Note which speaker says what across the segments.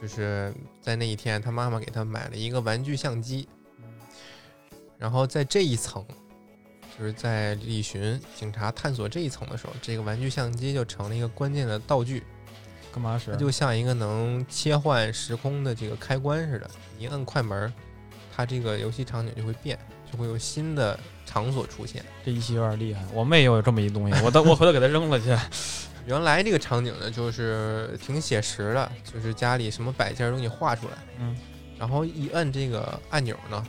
Speaker 1: 就是在那一天，他妈妈给他买了一个玩具相机，然后在这一层，就是在李寻警察探索这一层的时候，这个玩具相机就成了一个关键的道具，
Speaker 2: 干嘛使
Speaker 1: 它？就像一个能切换时空的这个开关似的，你一摁快门儿，它这个游戏场景就会变，就会有新的场所出现。
Speaker 2: 这一期有点厉害，我妹也有这么一东西，我等我回头给她 扔了去。
Speaker 1: 原来这个场景呢，就是挺写实的，就是家里什么摆件儿都给你画出来，
Speaker 2: 嗯，
Speaker 1: 然后一摁这个按钮呢，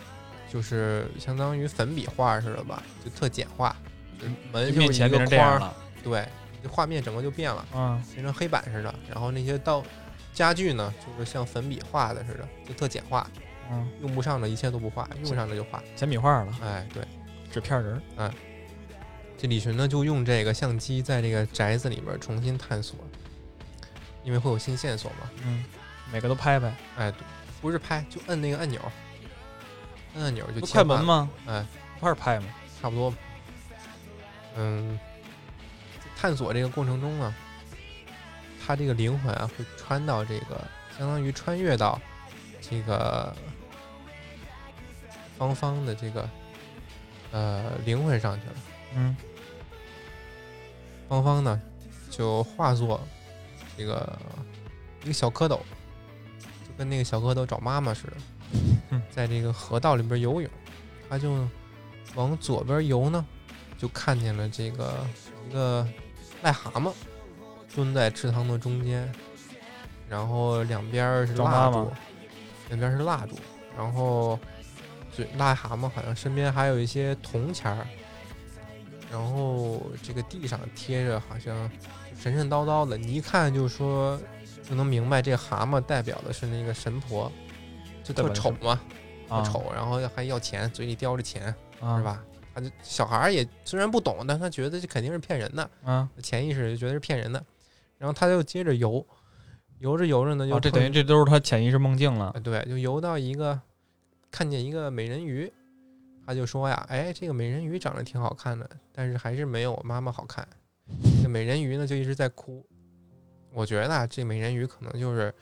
Speaker 1: 就是相当于粉笔画似的吧，就特简化，就是门
Speaker 2: 面
Speaker 1: 就是一
Speaker 2: 前
Speaker 1: 个
Speaker 2: 变成这
Speaker 1: 框
Speaker 2: 样
Speaker 1: 儿，
Speaker 2: 了，
Speaker 1: 对，这画面整个就变了，
Speaker 2: 嗯，
Speaker 1: 变成黑板似的。然后那些道家具呢，就是像粉笔画的似的，就特简化，
Speaker 2: 嗯，
Speaker 1: 用不上的一切都不画，用上的就画。
Speaker 2: 简笔画了，
Speaker 1: 哎，对，
Speaker 2: 纸片人儿，
Speaker 1: 这李寻呢就用这个相机在这个宅子里边儿重新探索，因为会有新线索嘛。
Speaker 2: 嗯，每个都拍拍，
Speaker 1: 哎，不是拍，就摁那个按钮，摁按钮就
Speaker 2: 不
Speaker 1: 切
Speaker 2: 快
Speaker 1: 换
Speaker 2: 门
Speaker 1: 了？
Speaker 2: 吗？
Speaker 1: 哎，
Speaker 2: 不还是拍吗？
Speaker 1: 差不多。嗯，探索这个过程中呢，他这个灵魂啊会穿到这个，相当于穿越到这个芳芳的这个呃灵魂上去了。
Speaker 2: 嗯，
Speaker 1: 芳芳呢就化作这个一个小蝌蚪，就跟那个小蝌蚪找妈妈似的
Speaker 2: 嗯，
Speaker 1: 在这个河道里边游泳，他就往左边游呢，就看见了这个一个癞蛤蟆蹲在池塘的中间，然后两边是
Speaker 2: 找妈
Speaker 1: 蜡
Speaker 2: 妈
Speaker 1: 烛，两边是蜡烛，然后嘴癞蛤蟆好像身边还有一些铜钱儿，然后这个地上贴着好像神神叨叨的，你一看就说就能明白这蛤蟆代表的是那个神婆，就
Speaker 2: 代
Speaker 1: 特
Speaker 2: 表的
Speaker 1: 丑嘛，特
Speaker 2: 啊，
Speaker 1: 丑，然后还要钱，嘴里叼着钱
Speaker 2: 啊
Speaker 1: 是？吧？他就小孩儿也虽然不懂，但他觉得这肯定是骗人的，
Speaker 2: 啊，
Speaker 1: 潜意识就觉得是骗人的，然后他就接着游，游着游着呢就
Speaker 2: 哦，这
Speaker 1: 碰
Speaker 2: 等于这都是他潜意识梦境了
Speaker 1: 啊，对，就游到一个看见一个美人鱼，他就说呀，哎，这个美人鱼长得挺好看的，但是还是没有我妈妈好看。这美人鱼呢就一直在哭，我觉得啊，这美人鱼可能就是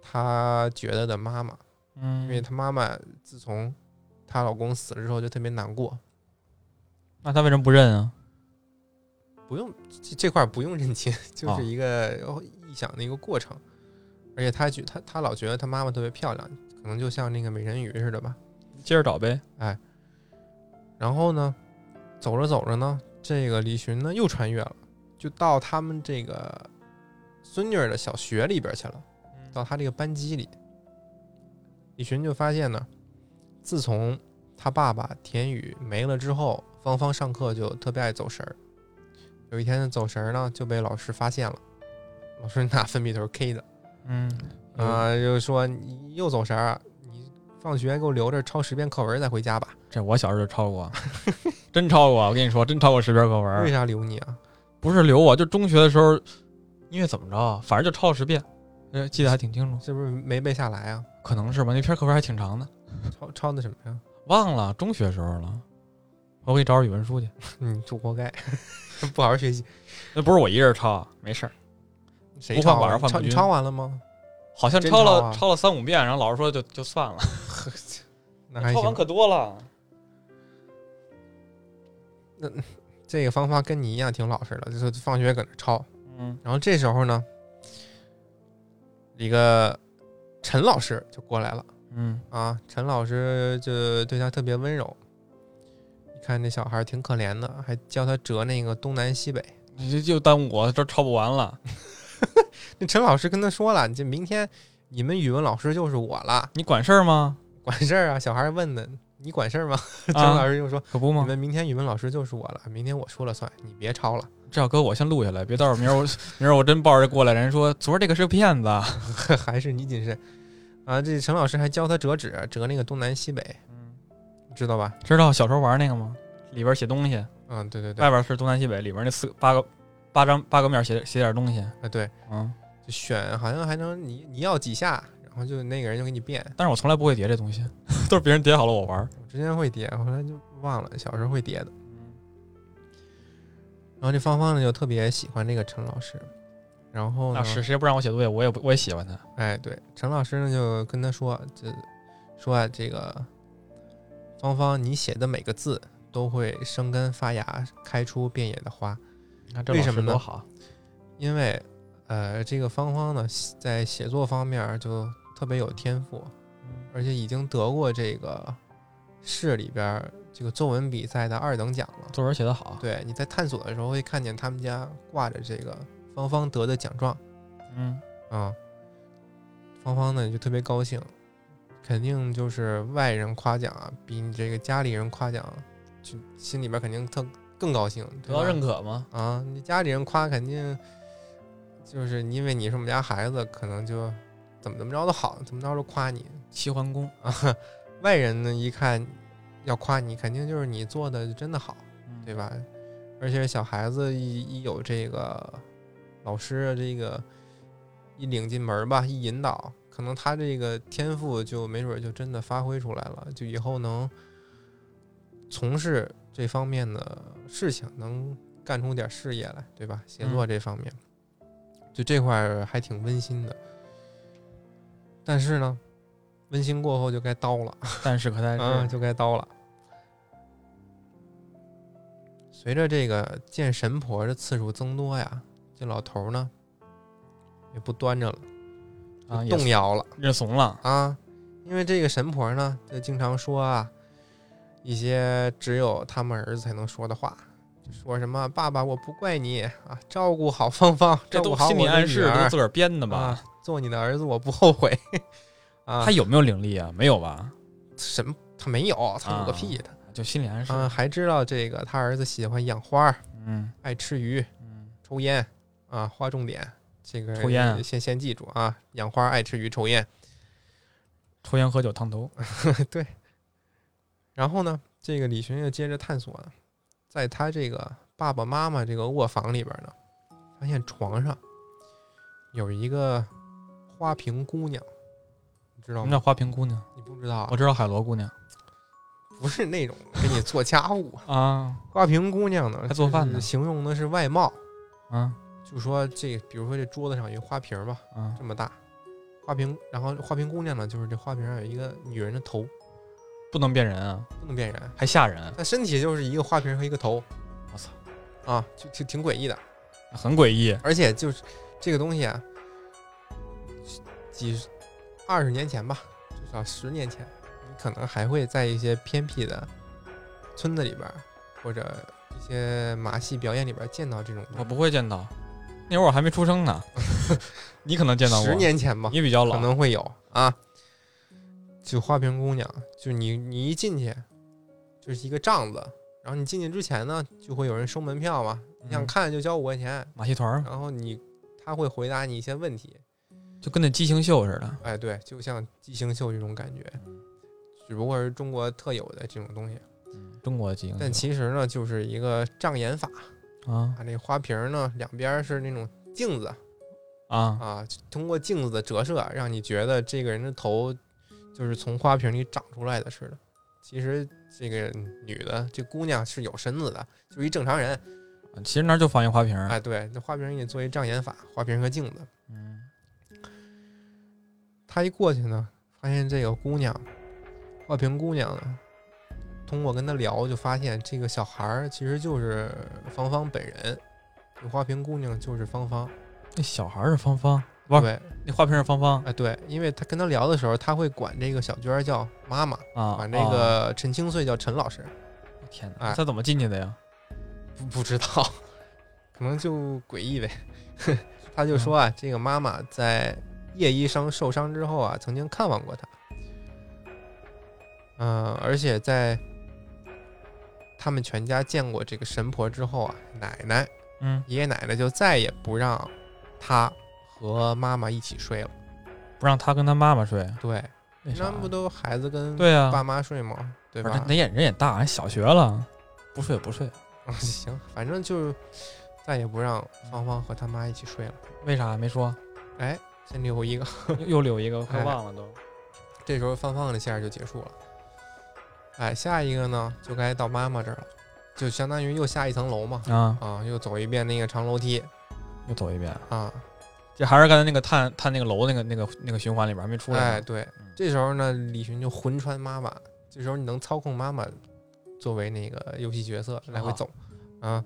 Speaker 1: 她觉得的妈妈，因为
Speaker 2: 嗯，
Speaker 1: 她妈妈自从她老公死了之后就特别难过。
Speaker 2: 那他为什么不认啊？
Speaker 1: 不用这这块儿不用认亲，就
Speaker 2: 哦
Speaker 1: 是一个臆想的一个过程。而且她觉她她老觉得她妈妈特别漂亮，可能就像那个美人鱼似的吧。
Speaker 2: 接着找呗。
Speaker 1: 然后呢，走着走着呢，这个李寻呢又穿越了，就到他们这个孙女儿的小学里边去了，到他这个班级里。李寻就发现呢，自从他爸爸田宇没了之后，芳芳上课就特别爱走神儿。有一天的走神儿呢，就被老师发现了，老师拿粉笔头 K 的，
Speaker 2: 嗯，
Speaker 1: 啊、就说你又走神儿啊，你放学给我留着抄十遍课文再回家吧。
Speaker 2: 这我小时候就抄过， 真抄过。我跟你说，真抄过十篇课
Speaker 1: 为
Speaker 2: 文，
Speaker 1: 啥留你啊？
Speaker 2: 不是留我，就中学的时候，因为怎么着啊，反正就抄了十遍，呃记得还挺清楚，
Speaker 1: 是不是没背下来啊？
Speaker 2: 可能是吧。那篇课文还挺长的，
Speaker 1: 抄抄的什么呀？
Speaker 2: 忘了中学时候了。我给你找找语文书去，
Speaker 1: 你就活该， 不好好学习。
Speaker 2: 那不是我一人抄啊，没事儿，
Speaker 1: 谁
Speaker 2: 不
Speaker 1: 抄
Speaker 2: 换板
Speaker 1: 啊
Speaker 2: 儿换
Speaker 1: 抄
Speaker 2: 不
Speaker 1: 你
Speaker 2: 均
Speaker 1: 抄完了吗？
Speaker 2: 好像
Speaker 1: 真
Speaker 2: 抄了
Speaker 1: 抄啊
Speaker 2: 抄了三五遍，然后老师说就就算了，
Speaker 1: 那还
Speaker 2: 抄完
Speaker 1: 行。
Speaker 2: 可多了。
Speaker 1: 这个方法跟你一样挺老实的，就是放学搁那抄。
Speaker 2: 嗯
Speaker 1: 然后这时候呢，一个陈老师就过来了
Speaker 2: 嗯，
Speaker 1: 啊。陈老师就对他特别温柔，一看这小孩儿挺可怜的，还教他折那个东南西北。
Speaker 2: 你这就耽误我这抄不完了，
Speaker 1: 那陈老师跟他说了，你这明天你们语文老师就是我了，
Speaker 2: 你管事儿吗？
Speaker 1: 管事儿啊。小孩儿问的，你管事儿吗？ 陈
Speaker 2: 啊
Speaker 1: 老，师就说。
Speaker 2: 可不
Speaker 1: 你
Speaker 2: 吗？
Speaker 1: 们明天语文老师就是我了，明天我说了算，你别抄了。
Speaker 2: 这要搁我先录下来，别到时候明儿我 明儿我真抱着过来，人说昨儿这个是骗子。啊
Speaker 1: 还是你谨慎啊！这陈老师还教他折纸，折那个东南西北，
Speaker 2: 嗯
Speaker 1: 知道吧？
Speaker 2: 知道小时候玩那个吗？里边写东西，
Speaker 1: 嗯，对对对，
Speaker 2: 外边是东南西北，里边那四个八个八张八个面写写点东西。
Speaker 1: 啊对，
Speaker 2: 嗯，
Speaker 1: 就选好像还能你你要几下，然后就那个人就给你变。
Speaker 2: 但是我从来不会叠这东西， 都是别人叠好了我玩。
Speaker 1: 我之前会叠，后来就忘了，小时候会叠的。嗯然后这芳芳呢就特别喜欢这个陈老师，然后呢
Speaker 2: 那，谁谁不让我写作业，我也不我也喜欢他。
Speaker 1: 哎，对，陈老师呢就跟他说，这说啊，这个芳芳，你写的每个字都会生根发芽，开出遍野的花。
Speaker 2: 你看这
Speaker 1: 为
Speaker 2: 老
Speaker 1: 什
Speaker 2: 师
Speaker 1: 么呢
Speaker 2: 多好，
Speaker 1: 因为呃，这个芳芳呢，写在写作方面儿就特别有天赋，而且已经得过这个市里边儿这个作文比赛的二等奖了。
Speaker 2: 作文写得好。
Speaker 1: 对，你在探索的时候会看见他们家挂着这个芳芳得的奖状
Speaker 2: 嗯，
Speaker 1: 啊，芳芳呢就特别高兴，肯定就是外人夸奖啊，比你这个家里人夸奖，就心里边儿肯定特更高兴，
Speaker 2: 得
Speaker 1: 对
Speaker 2: 到
Speaker 1: 吧
Speaker 2: 认可吗？
Speaker 1: 啊，你家里人夸肯定就是因为你是我们家孩子，可能就怎么怎么着都好，怎么着都夸你
Speaker 2: 齐桓公，
Speaker 1: 啊。外人呢一看要夸你，肯定就是你做的真的好，对
Speaker 2: 吧？
Speaker 1: 吧？而且小孩子一一有这个老师这个一领进门儿吧，一引导，可能他这个天赋就没准儿就真的发挥出来了，就以后能从事这方面的事情，能干出点事业来，对吧？写作
Speaker 2: 嗯
Speaker 1: 这方面，就这块儿还挺温馨的。但是呢，温馨过后就该刀了。
Speaker 2: 但是可 他
Speaker 1: 啊，
Speaker 2: 是
Speaker 1: 就该刀了。随着这个见神婆的次数增多呀，这老头儿呢也不端着了，
Speaker 2: 啊，也
Speaker 1: 动摇了
Speaker 2: 认怂了。
Speaker 1: 啊，因为这个神婆呢就经常说啊一些只有他们儿子才能说的话，就说什么“爸爸，我不怪你啊，照顾好芳芳，
Speaker 2: 这
Speaker 1: 照
Speaker 2: 都
Speaker 1: 顾好
Speaker 2: 心理
Speaker 1: 我的
Speaker 2: 暗
Speaker 1: 女
Speaker 2: 示，都
Speaker 1: 儿
Speaker 2: 自个儿编的吧
Speaker 1: 啊？，做你的儿子我不后悔。” 啊
Speaker 2: 他，有没有灵力啊？没有吧？
Speaker 1: 什么？他没有，他
Speaker 2: 啊
Speaker 1: 有个屁他。
Speaker 2: 就心理暗示。
Speaker 1: 嗯，还知道这个他儿子喜欢养花儿，
Speaker 2: 嗯
Speaker 1: 爱吃鱼，
Speaker 2: 嗯，
Speaker 1: 抽烟啊，划重点。这个
Speaker 2: 抽烟啊
Speaker 1: 先先记住啊，养花、爱吃鱼、抽烟。
Speaker 2: 抽烟喝酒烫头。
Speaker 1: 哎对。然后呢，这个李寻又接着探索呢，在他这个爸爸妈妈这个卧房里边呢，发现床上有一个花瓶姑娘，你知道
Speaker 2: 什么
Speaker 1: 吗？
Speaker 2: 叫花瓶姑娘？
Speaker 1: 你不知道啊
Speaker 2: 我，知道海螺姑娘
Speaker 1: 不是那种给你做家务啊。
Speaker 2: 啊
Speaker 1: 花瓶姑娘呢，
Speaker 2: 还做饭呢
Speaker 1: 就是形容的是外貌。
Speaker 2: 啊
Speaker 1: 就说这，比如说这桌子上有一花瓶儿吧，
Speaker 2: 啊！
Speaker 1: 这么大，花瓶，然后花瓶姑娘呢，就是这花瓶上有一个女人的头，
Speaker 2: 不能变人啊，
Speaker 1: 不能变人，
Speaker 2: 还吓人，
Speaker 1: 但身体就是一个花瓶和一个头，
Speaker 2: 我操，
Speaker 1: 啊，就挺挺诡异的，
Speaker 2: 很诡异。
Speaker 1: 而且就是这个东西啊，几二十年前吧，至少十年前，你可能还会在一些偏僻的村子里边儿，或者一些马戏表演里边儿见到这种东
Speaker 2: 我
Speaker 1: 西，
Speaker 2: 不会见到，那会儿我还没出 生呢。你可能见到过，
Speaker 1: 十年前吧，
Speaker 2: 你比较
Speaker 1: 可
Speaker 2: 老。嗯
Speaker 1: 能会有啊。就花瓶姑娘，就你你一进去，就是一个帐子，然后你进去之前呢，就会有人收门票嘛，你想
Speaker 2: 嗯
Speaker 1: 看就交五块钱，
Speaker 2: 马戏团儿
Speaker 1: 然后你他会回答你一些问题，
Speaker 2: 就跟那畸形秀似的，
Speaker 1: 哎，对，就像畸形秀这种感觉，只不过是中国特有的这种东西，
Speaker 2: 中国的畸形秀。
Speaker 1: 嗯但其实呢，就是一个障眼法，
Speaker 2: 啊
Speaker 1: 把这花瓶呢两边是那种镜子，
Speaker 2: 啊，
Speaker 1: 啊，通过镜子的折射，啊让你觉得这个人的头就是从花瓶里长出来的似的。其实这个女的，这姑娘是有身子的，就是一正常人。
Speaker 2: 其实那儿就放一花瓶儿。
Speaker 1: 哎，对，那花瓶给你做一障眼法，花瓶和镜子。
Speaker 2: 嗯，
Speaker 1: 她一过去呢，发现这个姑娘，花瓶姑娘呢，通过跟她聊，就发现这个小孩儿其实就是芳芳本人，这花瓶姑娘就是芳芳。
Speaker 2: 那小孩儿是芳芳，不是
Speaker 1: 对，
Speaker 2: 那花瓶是芳芳
Speaker 1: 哎对，因为她跟她聊的时候，她会管这个小娟儿叫妈妈。
Speaker 2: 啊。
Speaker 1: 管那
Speaker 2: 啊，
Speaker 1: 个陈清穗叫陈老师，
Speaker 2: 天哪，
Speaker 1: 哎
Speaker 2: 他怎么进去的呀？
Speaker 1: 不不知道， 可能就诡异呗。 他
Speaker 2: 嗯
Speaker 1: 就说啊，这个妈妈在叶医生受伤之后啊，曾经看望过他，嗯、而且在他们全家见过这个神婆之后啊，奶奶
Speaker 2: 嗯，
Speaker 1: 爷爷奶奶就再也不让他和妈妈一起睡了。
Speaker 2: 不让他跟他妈妈睡，
Speaker 1: 对，
Speaker 2: 为啥
Speaker 1: 那
Speaker 2: 呀？
Speaker 1: 不都孩子跟
Speaker 2: 对啊，
Speaker 1: 爸妈睡吗？对
Speaker 2: 不是
Speaker 1: 吧？
Speaker 2: 人也人也大，人小学了，不睡不睡，
Speaker 1: 啊， 行，反正就再也不让芳芳和他妈一起睡了。
Speaker 2: 为啥没说？
Speaker 1: 哎，先留一个。
Speaker 2: 又又留一个，快
Speaker 1: 哎
Speaker 2: 忘了都。
Speaker 1: 这时候芳芳的线儿就结束了。哎，下一个呢，就该到妈妈这儿了，就相当于又下一层楼嘛。
Speaker 2: 啊，
Speaker 1: 啊，又走一遍那个长楼梯
Speaker 2: 又走一遍，
Speaker 1: 啊，
Speaker 2: 这还是刚才那个探探那个楼那个那个那个循环里边还没出来
Speaker 1: 哎，
Speaker 2: 呢。
Speaker 1: 对
Speaker 2: 嗯，
Speaker 1: 这时候呢，李寻就魂穿妈妈，这时候你能操控妈妈作为那个游戏角色来回走啊。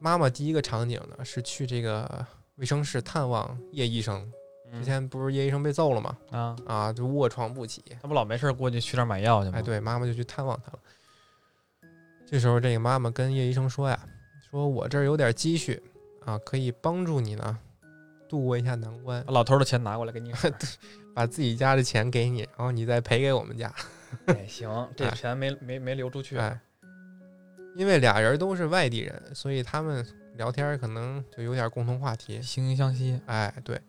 Speaker 1: 妈妈第一个场景呢是去这个卫生室探望叶医生，
Speaker 2: 嗯
Speaker 1: 之前不是叶医生被揍了吗？
Speaker 2: 啊，
Speaker 1: 啊，就卧床不起，
Speaker 2: 他不老没事儿过去去那儿买药去吗？
Speaker 1: 哎，，对，妈妈就去探望他了。这时候，这个妈妈跟叶医生说呀：“说我这儿有点积蓄啊，可以帮助你呢，度过一下难关，
Speaker 2: 把老头儿的钱拿过 来给你使。
Speaker 1: 把自己家的钱给你，然后你再赔给我们家。
Speaker 2: 哎，行，这
Speaker 1: 哎
Speaker 2: 钱没没没流出”去。
Speaker 1: 哎，因为俩人都是外地人，所以他们聊天儿可能就有点共同话题。
Speaker 2: 惺惺相惜，
Speaker 1: 哎，对，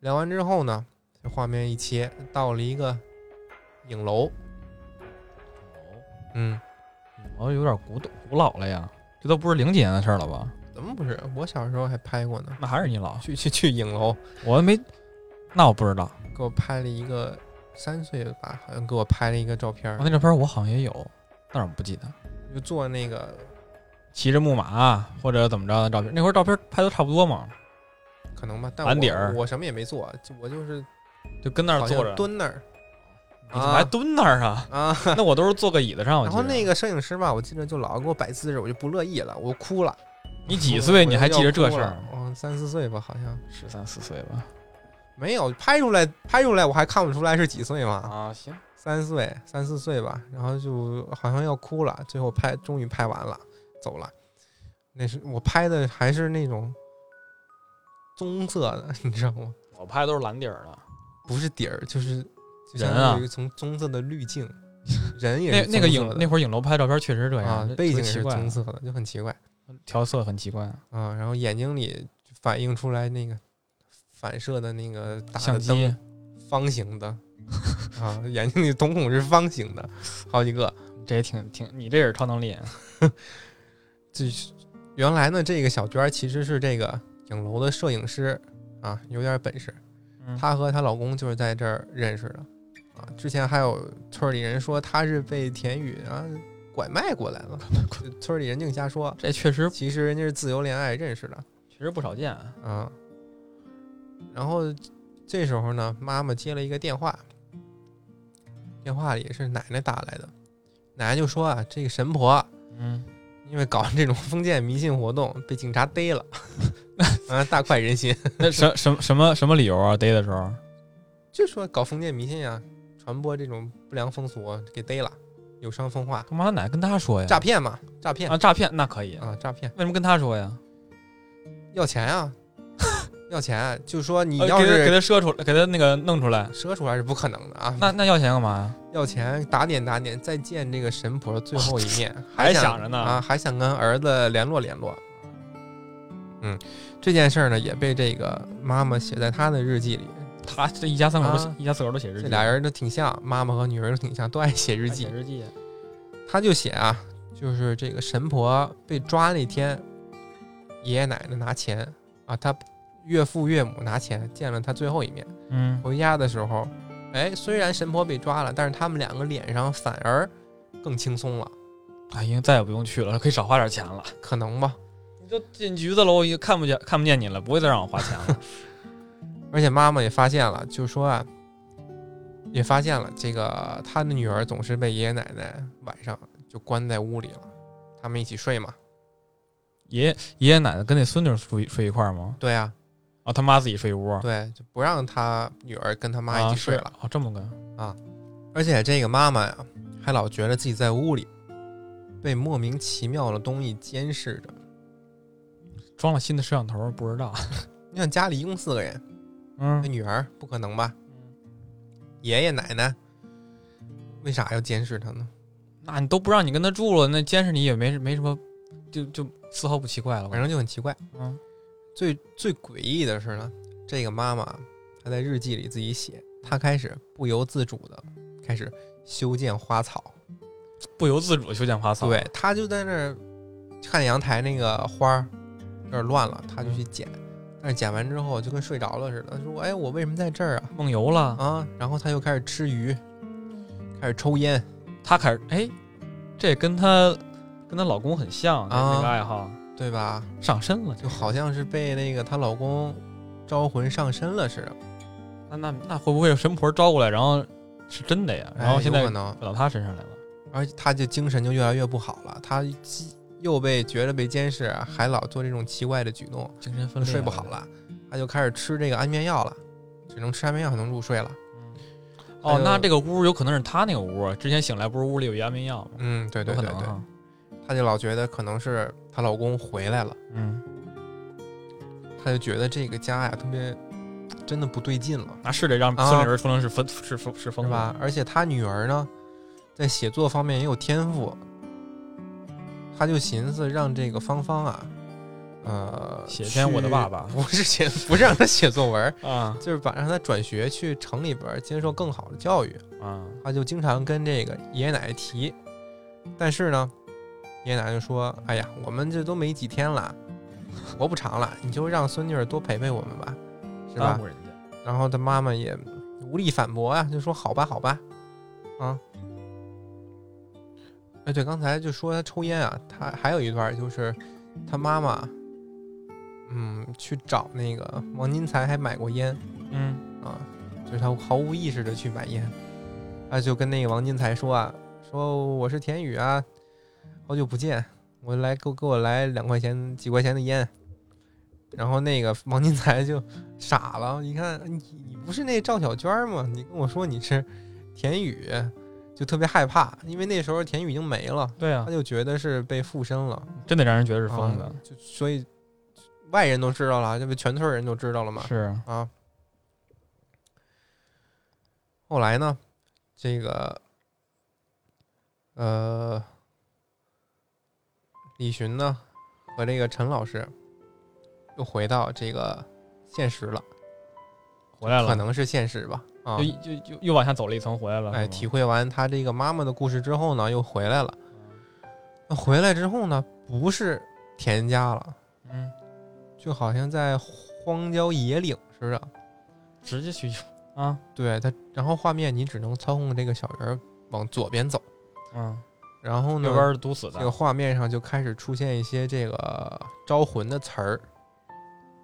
Speaker 1: 聊完之后呢，这画面一切到了一个影楼，嗯，
Speaker 2: 哦我有点古董古老了呀，这都不是零几年的事儿了吧？
Speaker 1: 怎么不是？我小时候还拍过呢，
Speaker 2: 那还是你老，
Speaker 1: 去去去影楼。
Speaker 2: 我没，那我不知道。
Speaker 1: 给我拍了一个三岁吧，好像给我拍了一个照片儿
Speaker 2: 我，那照片我好像也有，但是我不记得
Speaker 1: 就坐那个
Speaker 2: 骑着木马或者怎么着的照片。那会儿照片拍的差不多嘛，
Speaker 1: 可能吧，但
Speaker 2: 蓝
Speaker 1: 我
Speaker 2: 底儿
Speaker 1: 我什么也没做，就我就是
Speaker 2: 就跟那儿
Speaker 1: 好
Speaker 2: 坐
Speaker 1: 像
Speaker 2: 着，
Speaker 1: 蹲那儿
Speaker 2: 你怎么还蹲那儿啊？
Speaker 1: 啊。
Speaker 2: 那我都是坐个椅子上。我
Speaker 1: 然
Speaker 2: 记
Speaker 1: 后
Speaker 2: 得
Speaker 1: 那个摄影师吧，我记得就老给我摆姿势，我就不乐意了，我哭了。
Speaker 2: 你几岁
Speaker 1: 我
Speaker 2: 你还记着这事
Speaker 1: 我要
Speaker 2: 儿？
Speaker 1: 哭了嗯，三四岁吧，好像
Speaker 2: 十三四岁吧。
Speaker 1: 没有拍出来，拍出来我还看不出来是几岁嘛，
Speaker 2: 啊，行，
Speaker 1: 三岁三四岁吧。然后就好像要哭了，最后拍终于拍完了，走了。那是我拍的还是那种棕色的，你知道吗？
Speaker 2: 我拍的都是蓝底儿的。
Speaker 1: 不是底儿，就是就相
Speaker 2: 人啊
Speaker 1: 当于有一层棕色的滤镜，人也
Speaker 2: 那
Speaker 1: 是
Speaker 2: 那个
Speaker 1: 棕色
Speaker 2: 影
Speaker 1: 的
Speaker 2: 那会儿影楼拍照片确实是这样
Speaker 1: 啊，，
Speaker 2: 这
Speaker 1: 背景
Speaker 2: 特
Speaker 1: 也
Speaker 2: 奇
Speaker 1: 是
Speaker 2: 怪
Speaker 1: 棕色的，就很奇怪
Speaker 2: 调色很奇怪。
Speaker 1: 啊。然后眼睛里反映出来那个反射的那个打
Speaker 2: 相
Speaker 1: 的
Speaker 2: 机
Speaker 1: 灯，方形的啊，眼睛里瞳孔是方形的，好几个。
Speaker 2: 这也挺挺，你这也是超能力。啊
Speaker 1: 这是原来呢，这个小娟儿其实是这个影楼的摄影师啊，有点本事。
Speaker 2: 嗯
Speaker 1: 她和她老公就是在这儿认识的啊。之前还有村里人说她是被田宇啊拐卖过来了，村里人净瞎说，
Speaker 2: 这确实
Speaker 1: 其实人家是自由恋爱认识的
Speaker 2: 确实不少见啊。
Speaker 1: 啊。然后这时候呢，妈妈接了一个电话，电话里是奶奶打来的，奶奶就说啊，这个神婆啊
Speaker 2: 嗯，
Speaker 1: 因为搞这种封建迷信活动被警察逮了，啊，大快人心。
Speaker 2: 那什什什么什么理由啊？逮的时候，
Speaker 1: 就说搞封建迷信啊，传播这种不良风俗给逮了，有伤风化，
Speaker 2: 干嘛他奶跟他说呀？
Speaker 1: 诈骗嘛，诈骗
Speaker 2: 啊，诈骗那可以。
Speaker 1: 啊，诈骗
Speaker 2: 为什么跟他说呀？
Speaker 1: 要钱啊， 要钱啊、就说你
Speaker 2: 呃
Speaker 1: 要
Speaker 2: 给他给
Speaker 1: 是
Speaker 2: 他射出来，给他那个弄出来，
Speaker 1: 赊出来是不可能的啊，
Speaker 2: 那那要钱干嘛呀？
Speaker 1: 要钱打点打点，再见这个神婆最后一面，
Speaker 2: 还
Speaker 1: 想
Speaker 2: 想着呢
Speaker 1: 啊，还想跟儿子联络联络。嗯，这件事儿呢也被这个妈妈写在她的日记里，
Speaker 2: 他这一家三口都写、
Speaker 1: 啊
Speaker 2: 一家四口都写日记，
Speaker 1: 这俩人都挺像，妈妈和女儿都挺像，都爱写日
Speaker 2: 还
Speaker 1: 记
Speaker 2: 写。日记，啊
Speaker 1: 他就写啊，就是这个神婆被抓那天，爷爷奶奶拿钱啊，他岳父岳母拿钱见了他最后一面。
Speaker 2: 嗯，
Speaker 1: 回家的时候，哎，虽然神婆被抓了，但是他们两个脸上反而更轻松了，
Speaker 2: 啊，因为再也不用去了，可以少花点钱 了。
Speaker 1: 可能吧。
Speaker 2: 你都进局子了，我也看不见看不见你了，不会再让我花钱 了。
Speaker 1: 而且妈妈也发现了，就说啊，也发现了这个她的女儿总是被爷爷奶奶晚上就关在屋里了，他们一起睡嘛。
Speaker 2: 爷爷爷爷奶奶跟那孙女睡一睡一块儿吗？
Speaker 1: 对啊，
Speaker 2: 啊，他妈自己睡一屋，
Speaker 1: 对，就不让她女儿跟她妈
Speaker 2: 啊
Speaker 1: 一起睡
Speaker 2: 是
Speaker 1: 了。
Speaker 2: 哦，这么个，
Speaker 1: 而且这个妈妈呀，还老觉得自己在屋里被莫名其妙的东西监视着。
Speaker 2: 装了新的摄像头，不知道。
Speaker 1: 你想家里一共四个人，
Speaker 2: 嗯
Speaker 1: 那，女儿不可能吧？爷爷奶奶为啥要监视她呢？
Speaker 2: 那你都不让你跟他住了，那监视你也没没什么，就就丝毫不奇怪了吧
Speaker 1: 反？正就很奇怪。
Speaker 2: 嗯，
Speaker 1: 最最诡异的是呢，这个妈妈她在日记里自己写，她开始不由自主的开始修建花草，
Speaker 2: 不由自主地修剪花草。
Speaker 1: 对，她就在那儿看阳台那个花儿有点乱了，她就
Speaker 2: 嗯
Speaker 1: 去捡，但是捡完之后就跟睡着了似的，说：“哎，我为什么在这儿啊？”
Speaker 2: 梦游了，
Speaker 1: 啊，然后她又开始吃鱼，开始抽烟，
Speaker 2: 她开始哎，这跟她跟她老公很像，这
Speaker 1: 啊
Speaker 2: 那个爱好，
Speaker 1: 对吧？
Speaker 2: 上身了，
Speaker 1: 就好像是被那个她老公招魂上身了似的。
Speaker 2: 那那那会不会有神婆招过来，然后是真的呀？然后
Speaker 1: 哎
Speaker 2: 现
Speaker 1: 有
Speaker 2: 在
Speaker 1: 可能，
Speaker 2: 跑到他身上来了，
Speaker 1: 而且她就精神就越来越不好了，她既又被觉得被监视，还老做这种奇怪的举动，
Speaker 2: 精神分
Speaker 1: 就
Speaker 2: 裂，
Speaker 1: 睡不好。了，她就开始吃这个安眠药了，只能吃安眠药才能入睡了。
Speaker 2: 哦
Speaker 1: 还有，
Speaker 2: 那这个屋有可能是他那个屋，啊之前醒来不是屋里有一安眠药吗？
Speaker 1: 嗯，对
Speaker 2: 有
Speaker 1: 对
Speaker 2: 可
Speaker 1: 对
Speaker 2: 能啊
Speaker 1: 对，
Speaker 2: 哈。
Speaker 1: 她就老觉得可能是她老公回来了，
Speaker 2: 嗯，
Speaker 1: 她就觉得这个家呀特别真的不对劲了，
Speaker 2: 那是得让
Speaker 1: 啊
Speaker 2: 孙女儿说成是疯是疯是疯
Speaker 1: 是
Speaker 2: 子？
Speaker 1: 吧？而且她女儿呢，在写作方面也有天赋，她就寻思让这个芳芳啊，呃，
Speaker 2: 写篇我的
Speaker 1: 去
Speaker 2: 爸爸
Speaker 1: 不是写，不是让她写作文，
Speaker 2: 啊
Speaker 1: 就是把让她转学去城里边儿接受更好的教育。
Speaker 2: 啊，
Speaker 1: 她就经常跟这个爷爷奶奶提，但是呢，爷爷奶奶就说：“哎呀，我们这都没几天了，活不长了，你就让孙女儿多陪陪我们吧，是吧
Speaker 2: 耽误人家。？”
Speaker 1: 然后她妈妈也无力反驳啊，就说：“好吧，好吧，啊。”哎，对，刚才就说她抽烟啊，她还有一段就是她妈妈，嗯，去找那个王金才还买过烟，
Speaker 2: 嗯
Speaker 1: 啊，就是他毫无意识的去买烟，他就跟那个王金才说啊，说我是田宇啊，好久不见，我来给我给我来两块钱几块钱的烟，然后那个王金才就傻了，一看你你不是那赵小娟儿吗？你跟我说你是田宇，就特别害怕，因为那时候田宇已经没了，
Speaker 2: 对啊
Speaker 1: 他，就觉得是被附身了，
Speaker 2: 真得让人觉得是疯
Speaker 1: 啊
Speaker 2: 子。
Speaker 1: 就所以外人都知道了，这不全村人都知道了嘛，
Speaker 2: 是，
Speaker 1: 啊。后来呢，这个呃，李寻呢和这个陈老师又回到这个现实了，
Speaker 2: 回来
Speaker 1: 可
Speaker 2: 了，
Speaker 1: 能是现实吧啊。
Speaker 2: 又又又又往下走了一层，回来了。
Speaker 1: 哎，
Speaker 2: 是吗
Speaker 1: 体会完他这个妈妈的故事之后呢，又回来了。那回来之后呢，不是田家了，
Speaker 2: 嗯，
Speaker 1: 就好像在荒郊野岭似的。
Speaker 2: 直接去啊，
Speaker 1: 对它，然后画面你只能操控这个小人儿往左边走，
Speaker 2: 嗯，
Speaker 1: 然后
Speaker 2: 右
Speaker 1: 呢，
Speaker 2: 边是堵死
Speaker 1: 这个
Speaker 2: 的，
Speaker 1: 画面上就开始出现一些这个招魂的词儿，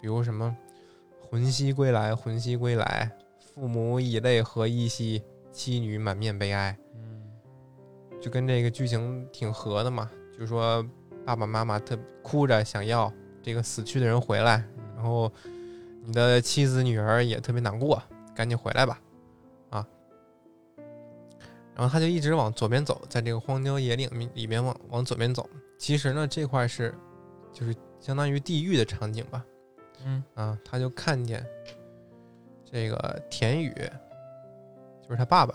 Speaker 1: 比如什么“魂兮归来，魂兮归来，父母以泪何依兮，妻女满面悲哀
Speaker 2: 嗯”，
Speaker 1: 就跟这个剧情挺合的嘛。就说爸爸妈妈特哭着想要这个死去的人回来，
Speaker 2: 嗯
Speaker 1: 然后你的妻子、女儿也特别难过，赶紧回来吧，啊。然后他就一直往左边走，在这个荒郊野岭里里面往往左边走。其实呢，这块是就是相当于地狱的场景吧，
Speaker 2: 嗯
Speaker 1: 啊，他就看见这个田宇，就是他爸爸，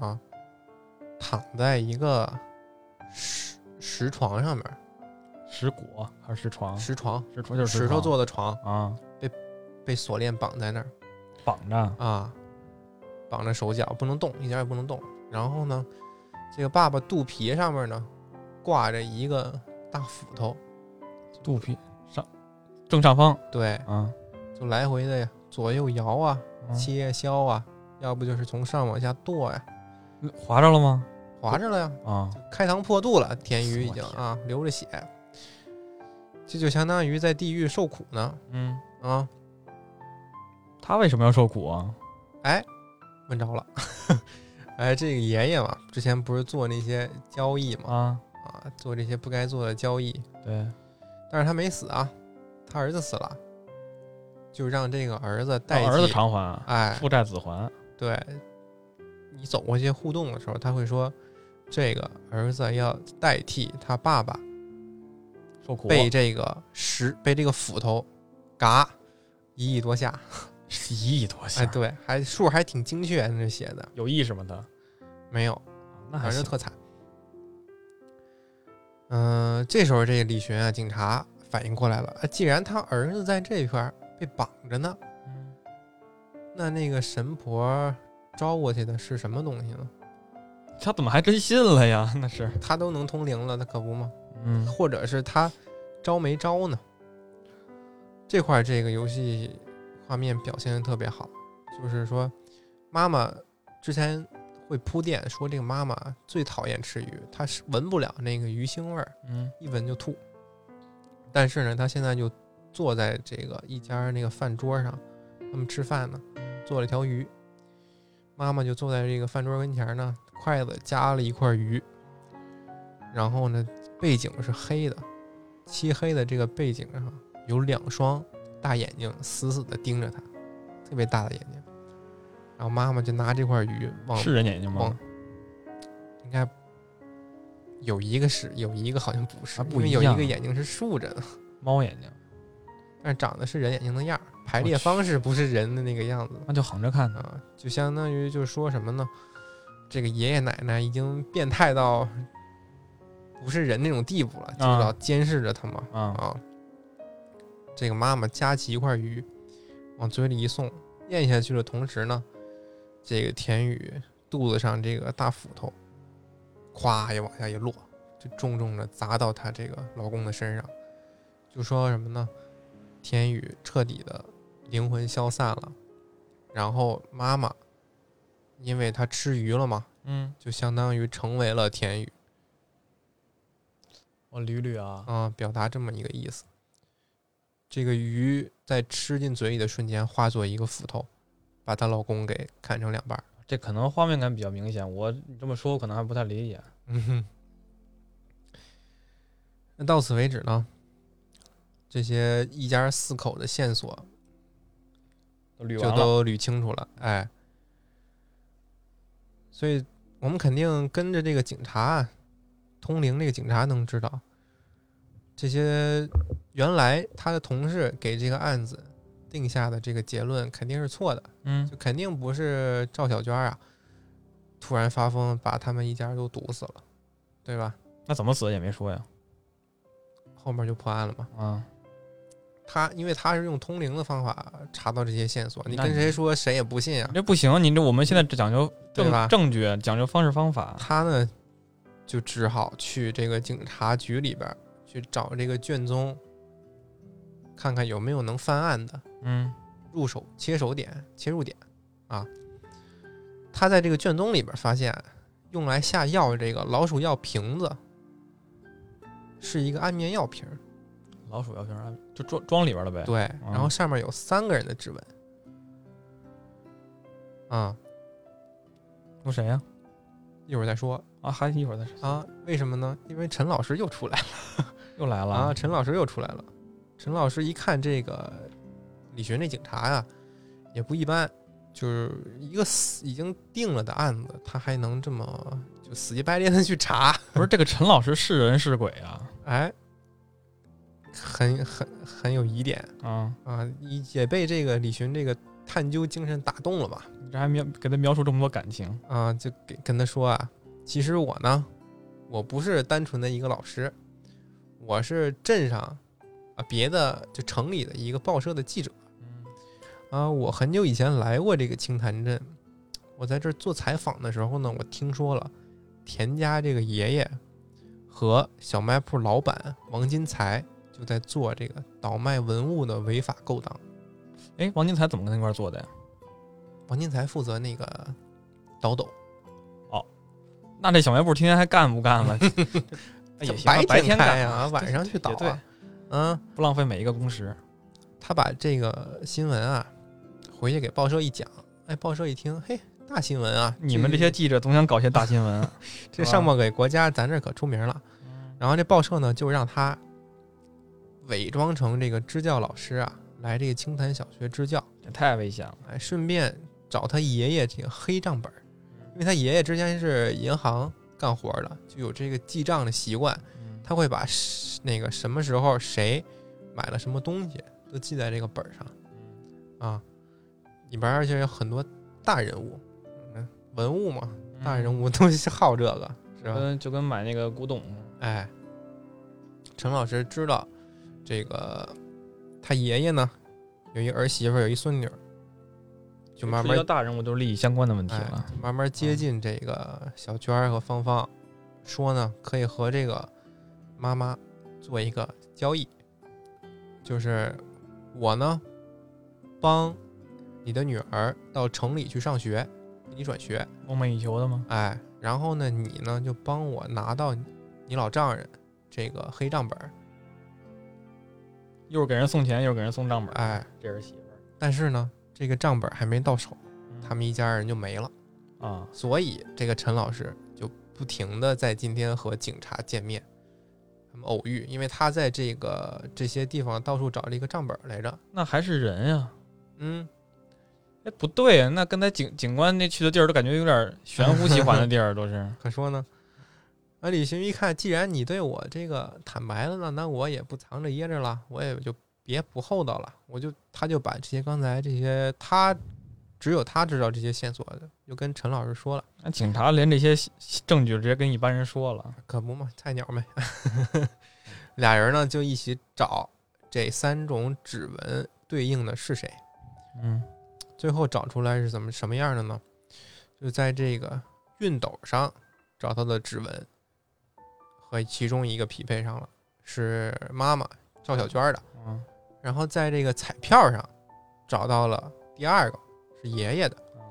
Speaker 1: 啊，躺在一个石石床上面，
Speaker 2: 石椁还是石床？
Speaker 1: 石床，
Speaker 2: 石床哦就是
Speaker 1: 石头
Speaker 2: 床
Speaker 1: 做的床，
Speaker 2: 啊，
Speaker 1: 被锁链绑在那儿。
Speaker 2: 绑着，
Speaker 1: 啊，绑着手脚不能动，一点儿也不能动。然后呢，这个爸爸肚皮上面呢挂着一个大斧头，
Speaker 2: 肚皮上正上方
Speaker 1: 对，
Speaker 2: 啊，
Speaker 1: 就来回的呀左右摇啊、
Speaker 2: 嗯
Speaker 1: 切啊、削啊，要不就是从上往下剁呀、
Speaker 2: 划着了吗？
Speaker 1: 划着了呀，
Speaker 2: 啊，
Speaker 1: 开膛破肚了，田
Speaker 2: 我
Speaker 1: 鱼已经
Speaker 2: 天
Speaker 1: 啊流着血，这就相当于在地狱受苦呢
Speaker 2: 嗯，
Speaker 1: 啊！
Speaker 2: 他为什么要受苦啊？
Speaker 1: 哎问着了， 哎，这个爷爷嘛，之前不是做那些交易嘛，
Speaker 2: 啊，
Speaker 1: 啊，做这些不该做的交易，
Speaker 2: 对，
Speaker 1: 但是他没死啊，他儿子死了，就让这个儿子代
Speaker 2: 让
Speaker 1: 替
Speaker 2: 儿子偿还，
Speaker 1: 哎，
Speaker 2: 父债子还，
Speaker 1: 对，你走过去互动的时候，他会说，这个儿子要代替他爸爸
Speaker 2: 受苦
Speaker 1: 被这个石被这个斧头嘎一亿多下，
Speaker 2: 一亿多
Speaker 1: 哎，
Speaker 2: 下，
Speaker 1: 对，还数还挺精确，那写的
Speaker 2: 有意识吗？他
Speaker 1: 没有，
Speaker 2: 啊那还
Speaker 1: 反
Speaker 2: 是
Speaker 1: 正特惨。嗯、这时候这李寻啊，警察反应过来了，啊既然他儿子在这块儿被绑着呢，那那个神婆招过去的是什么东西呢？
Speaker 2: 他怎么还真信了呀？ 那是，
Speaker 1: 她都能通灵了，她可不吗？
Speaker 2: 嗯，
Speaker 1: 或者是她招没招呢？这块儿这个游戏画面表现的特别好，就是说妈妈之前会铺垫说这个妈妈最讨厌吃鱼，她是闻不了那个鱼腥味儿，
Speaker 2: 嗯，
Speaker 1: 一闻就吐。但是呢，他现在就坐在这个一家那个饭桌上，他们吃饭呢，做了一条鱼。妈妈就坐在这个饭桌跟前儿呢，筷子夹了一块鱼，然后呢，背景是黑的，漆黑的这个背景上有两双大眼睛死死的盯着他，特别大的眼睛。然后妈妈就拿这块鱼往
Speaker 2: 是人眼睛
Speaker 1: 往
Speaker 2: 吗？
Speaker 1: 应该有一个是，有一个好像不是，
Speaker 2: 啊不
Speaker 1: 因为
Speaker 2: 一
Speaker 1: 有一
Speaker 2: 样
Speaker 1: 个眼睛是竖着的，
Speaker 2: 猫眼睛，
Speaker 1: 但是长得是人眼睛的样儿，排
Speaker 2: 我
Speaker 1: 列
Speaker 2: 去
Speaker 1: 方式不是人的那个样子
Speaker 2: 那就横着看呢。
Speaker 1: 啊，就相当于就是说什么呢？这个爷爷奶奶已经变态到不是人那种地步了，就是
Speaker 2: 啊
Speaker 1: 老监视着他嘛
Speaker 2: 啊，
Speaker 1: 啊。这个妈妈夹起一块鱼，往嘴里一送，咽下去的同时呢，这个田宇肚子上这个大斧头，咵也往下一落，就重重的砸到她这个老公的身上。就说什么呢？田宇彻底的灵魂消散了，然后妈妈，因为她吃鱼了嘛，
Speaker 2: 嗯，
Speaker 1: 就相当于成为了田宇。
Speaker 2: 我捋捋啊，
Speaker 1: 啊，表达这么一个意思。这个鱼在吃进嘴里的瞬间，化作一个斧头，把她老公给砍成两半儿。
Speaker 2: 啊这可能画面感比较明显。我你这么说，我可能还不太理解。
Speaker 1: 嗯哼。那到此为止呢，这些一家四口的线索
Speaker 2: 都捋
Speaker 1: 就
Speaker 2: 完了，
Speaker 1: 都捋清楚了，哎，所以我们肯定跟着这个警察啊通灵，这个警察能知道这些原来他的同事给这个案子定下的这个结论肯定是错的，
Speaker 2: 嗯
Speaker 1: 就肯定不是赵小娟啊突然发疯把他们一家都毒死了，对吧？
Speaker 2: 那怎么死也没说呀。
Speaker 1: 后面就破案了嘛。
Speaker 2: 啊，
Speaker 1: 他因为他是用通灵的方法查到这些线索，你
Speaker 2: 那
Speaker 1: 跟
Speaker 2: 你
Speaker 1: 谁说谁也不信啊。
Speaker 2: 这不行，你这我们现在只讲究
Speaker 1: 对吧
Speaker 2: 证证据，讲究方式方法。
Speaker 1: 他呢就只好去这个警察局里边儿去找这个卷宗，看看有没有能翻案的
Speaker 2: 嗯
Speaker 1: 入手切手点、切入点啊。他在这个卷宗里边儿发现，用来下药这个老鼠药瓶子是一个安眠药瓶儿，
Speaker 2: 老鼠药瓶儿就装装里边了呗。
Speaker 1: 对，然后
Speaker 2: 啊
Speaker 1: 上面有三个人的指纹，啊，
Speaker 2: 有谁呀？
Speaker 1: 一会儿再说
Speaker 2: 啊，还一会儿再说
Speaker 1: 啊，为什么呢？因为陈老师又出来了。
Speaker 2: 又来了
Speaker 1: 啊，陈老师又出来了。陈老师一看这个李寻这警察呀、也不一般，就是一个死已经定了的案子，他还能这么就死乞白咧的去查，
Speaker 2: 不是这个陈老师是人是鬼啊？
Speaker 1: 哎，很很很有疑点
Speaker 2: 啊，
Speaker 1: 啊，也也被这个李寻这个探究精神打动了吧？
Speaker 2: 你这还描给他描述这么多感情，
Speaker 1: 啊，就给跟他说啊，其实我呢，我不是单纯的一个老师，我是镇上啊别的就城里的一个报社的记者。
Speaker 2: 嗯，
Speaker 1: 啊，我很久以前来过这个清潭镇，我在这儿做采访的时候呢，我听说了田家这个爷爷和小卖铺老板王金才就在做这个倒卖文物的违法勾当。
Speaker 2: 哎，王金才怎么跟他一块儿做的呀？
Speaker 1: 王金才负责那个倒斗，
Speaker 2: 那这小卖部天天还干不干了？ 哎也行啊，白
Speaker 1: 天
Speaker 2: 干
Speaker 1: 开呀、
Speaker 2: 啊，
Speaker 1: 晚上去倒
Speaker 2: 也对
Speaker 1: 啊。，嗯，
Speaker 2: 不浪费每一个工时。
Speaker 1: 他把这个新闻啊回去给报社一讲，哎，报社一听，嘿，大新闻啊！
Speaker 2: 你们这些记者总想搞些大 新闻，啊
Speaker 1: 这上报给国家，咱这可出名了。
Speaker 2: 嗯
Speaker 1: 然后这报社呢，就让他伪装成这个支教老师啊，来这个清潭小学支教，
Speaker 2: 这太危险了。
Speaker 1: 哎，顺便找他爷爷这个黑账本儿，因为他爷爷之前是银行干活儿的，就有这个记账的习惯，
Speaker 2: 嗯
Speaker 1: 他会把是那个什么时候谁买了什么东西都记在这个本儿上
Speaker 2: 嗯
Speaker 1: 啊。里边儿而且有很多大人物，嗯，文物嘛，大人物都好这个，是吧？
Speaker 2: 跟嗯就跟买那个古董似的，
Speaker 1: 哎，陈老师知道这个他爷爷呢有一儿媳妇儿，有一孙女儿，就慢
Speaker 2: 涉及
Speaker 1: 慢
Speaker 2: 到大人物都是利益相关的问题
Speaker 1: 哎
Speaker 2: 了。
Speaker 1: 慢慢接
Speaker 2: 嗯
Speaker 1: 近这个小娟儿和芳芳，说呢可以和这个妈妈做一个交易，就是我呢帮你的女儿到城里去上学，给你转学，
Speaker 2: 梦寐以求的吗？
Speaker 1: 哎，然后呢，你呢就帮我拿到你老丈人这个黑账本儿，
Speaker 2: 一会儿给人送钱，一会儿给人送账本。
Speaker 1: 哎，
Speaker 2: 这是媳妇儿，
Speaker 1: 但是呢，这个账本还没到手，
Speaker 2: 嗯
Speaker 1: 他们一家人就没了。
Speaker 2: 啊，
Speaker 1: 所以这个陈老师就不停的在今天和警察见面，他们偶遇，因为他在这个这些地方到处找了一个账本来着。
Speaker 2: 那还是人呀、啊
Speaker 1: 嗯，
Speaker 2: 哎，不对啊，那跟他警警官那去的地儿都感觉有点 玄乎其环的地儿，都是。
Speaker 1: 可说呢。啊，李寻一看，既然你对我这个坦白了呢，那我也不藏着掖着了，我也就别不厚道了，我就他就把这些刚才这些他只有他知道这些线索的，就跟陈老师说了，
Speaker 2: 那警察连这些证据直接跟一般人说了，
Speaker 1: 可不嘛，菜鸟呗。 俩人呢就一起找这三种指纹对应的是谁，
Speaker 2: 嗯
Speaker 1: 最后找出来是怎么什么样的呢？就在这个熨斗上找到的指纹，和其中一个匹配上了，是妈妈赵小娟的。
Speaker 2: 嗯
Speaker 1: 然后在这个彩票上找到了第二个是爷爷的，嗯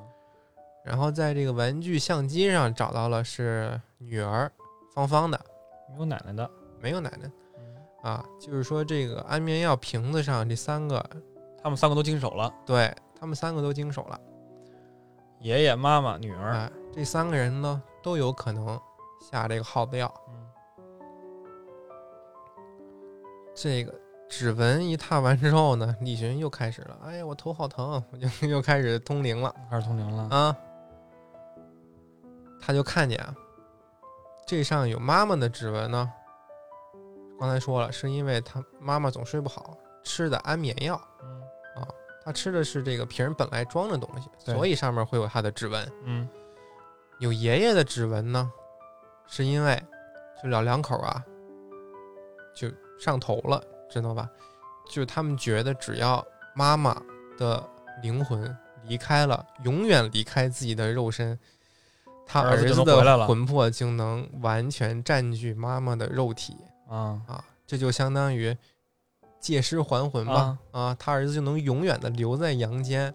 Speaker 1: 然后在这个玩具相机上找到了是女儿芳芳的，
Speaker 2: 没有奶奶的，
Speaker 1: 没有奶奶啊。就是说这个安眠药瓶子上这三个，
Speaker 2: 他们三个都经手了，
Speaker 1: 对他们三个都经手了。
Speaker 2: 爷爷、妈妈、女儿。
Speaker 1: 哎，这三个人呢都有可能下这个耗子药。
Speaker 2: 嗯
Speaker 1: 这个指纹一踏完之后呢，李寻又开始了，哎呀，我头好疼，我就 又开始通灵了
Speaker 2: 开始通灵了，
Speaker 1: 啊。他就看见啊，这上有妈妈的指纹呢。刚才说了，是因为他妈妈总睡不好，吃的安眠药，
Speaker 2: 嗯
Speaker 1: 他吃的是这个瓶儿本来装的东西，
Speaker 2: 对
Speaker 1: 所以上面会有他的指纹。
Speaker 2: 嗯，
Speaker 1: 有爷爷的指纹呢，是因为就老两口啊，就上头了，知道吧？就他们觉得只要妈妈的灵魂离开了，永远离开自己的肉身，他
Speaker 2: 儿
Speaker 1: 儿
Speaker 2: 子就
Speaker 1: 子
Speaker 2: 能回来了
Speaker 1: 的魂魄就能完全占据妈妈的肉体
Speaker 2: 啊
Speaker 1: 啊，这就相当于借尸还魂吧
Speaker 2: 啊，
Speaker 1: 啊他儿子就能永远的留在阳间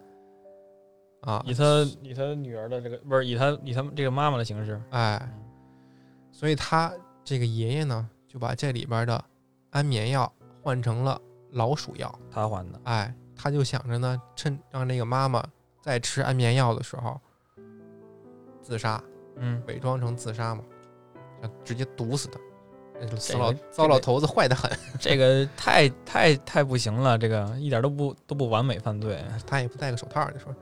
Speaker 1: 啊，
Speaker 2: 以他以他女儿的这个不是以他以他这个妈妈的形式，
Speaker 1: 哎。所以他这个爷爷呢，就把这里边的安眠药换成了老鼠药。
Speaker 2: 他还的，
Speaker 1: 哎，他就想着呢，趁让这个妈妈在吃安眠药的时候自杀，
Speaker 2: 嗯，
Speaker 1: 伪装成自杀嘛，想直接毒死他。这
Speaker 2: 这
Speaker 1: 死
Speaker 2: 个
Speaker 1: 老
Speaker 2: 这个
Speaker 1: 糟老头子坏得很，
Speaker 2: 这个太太太不行了，这个一点都不都不完美犯罪，
Speaker 1: 他也不戴个手套，你说。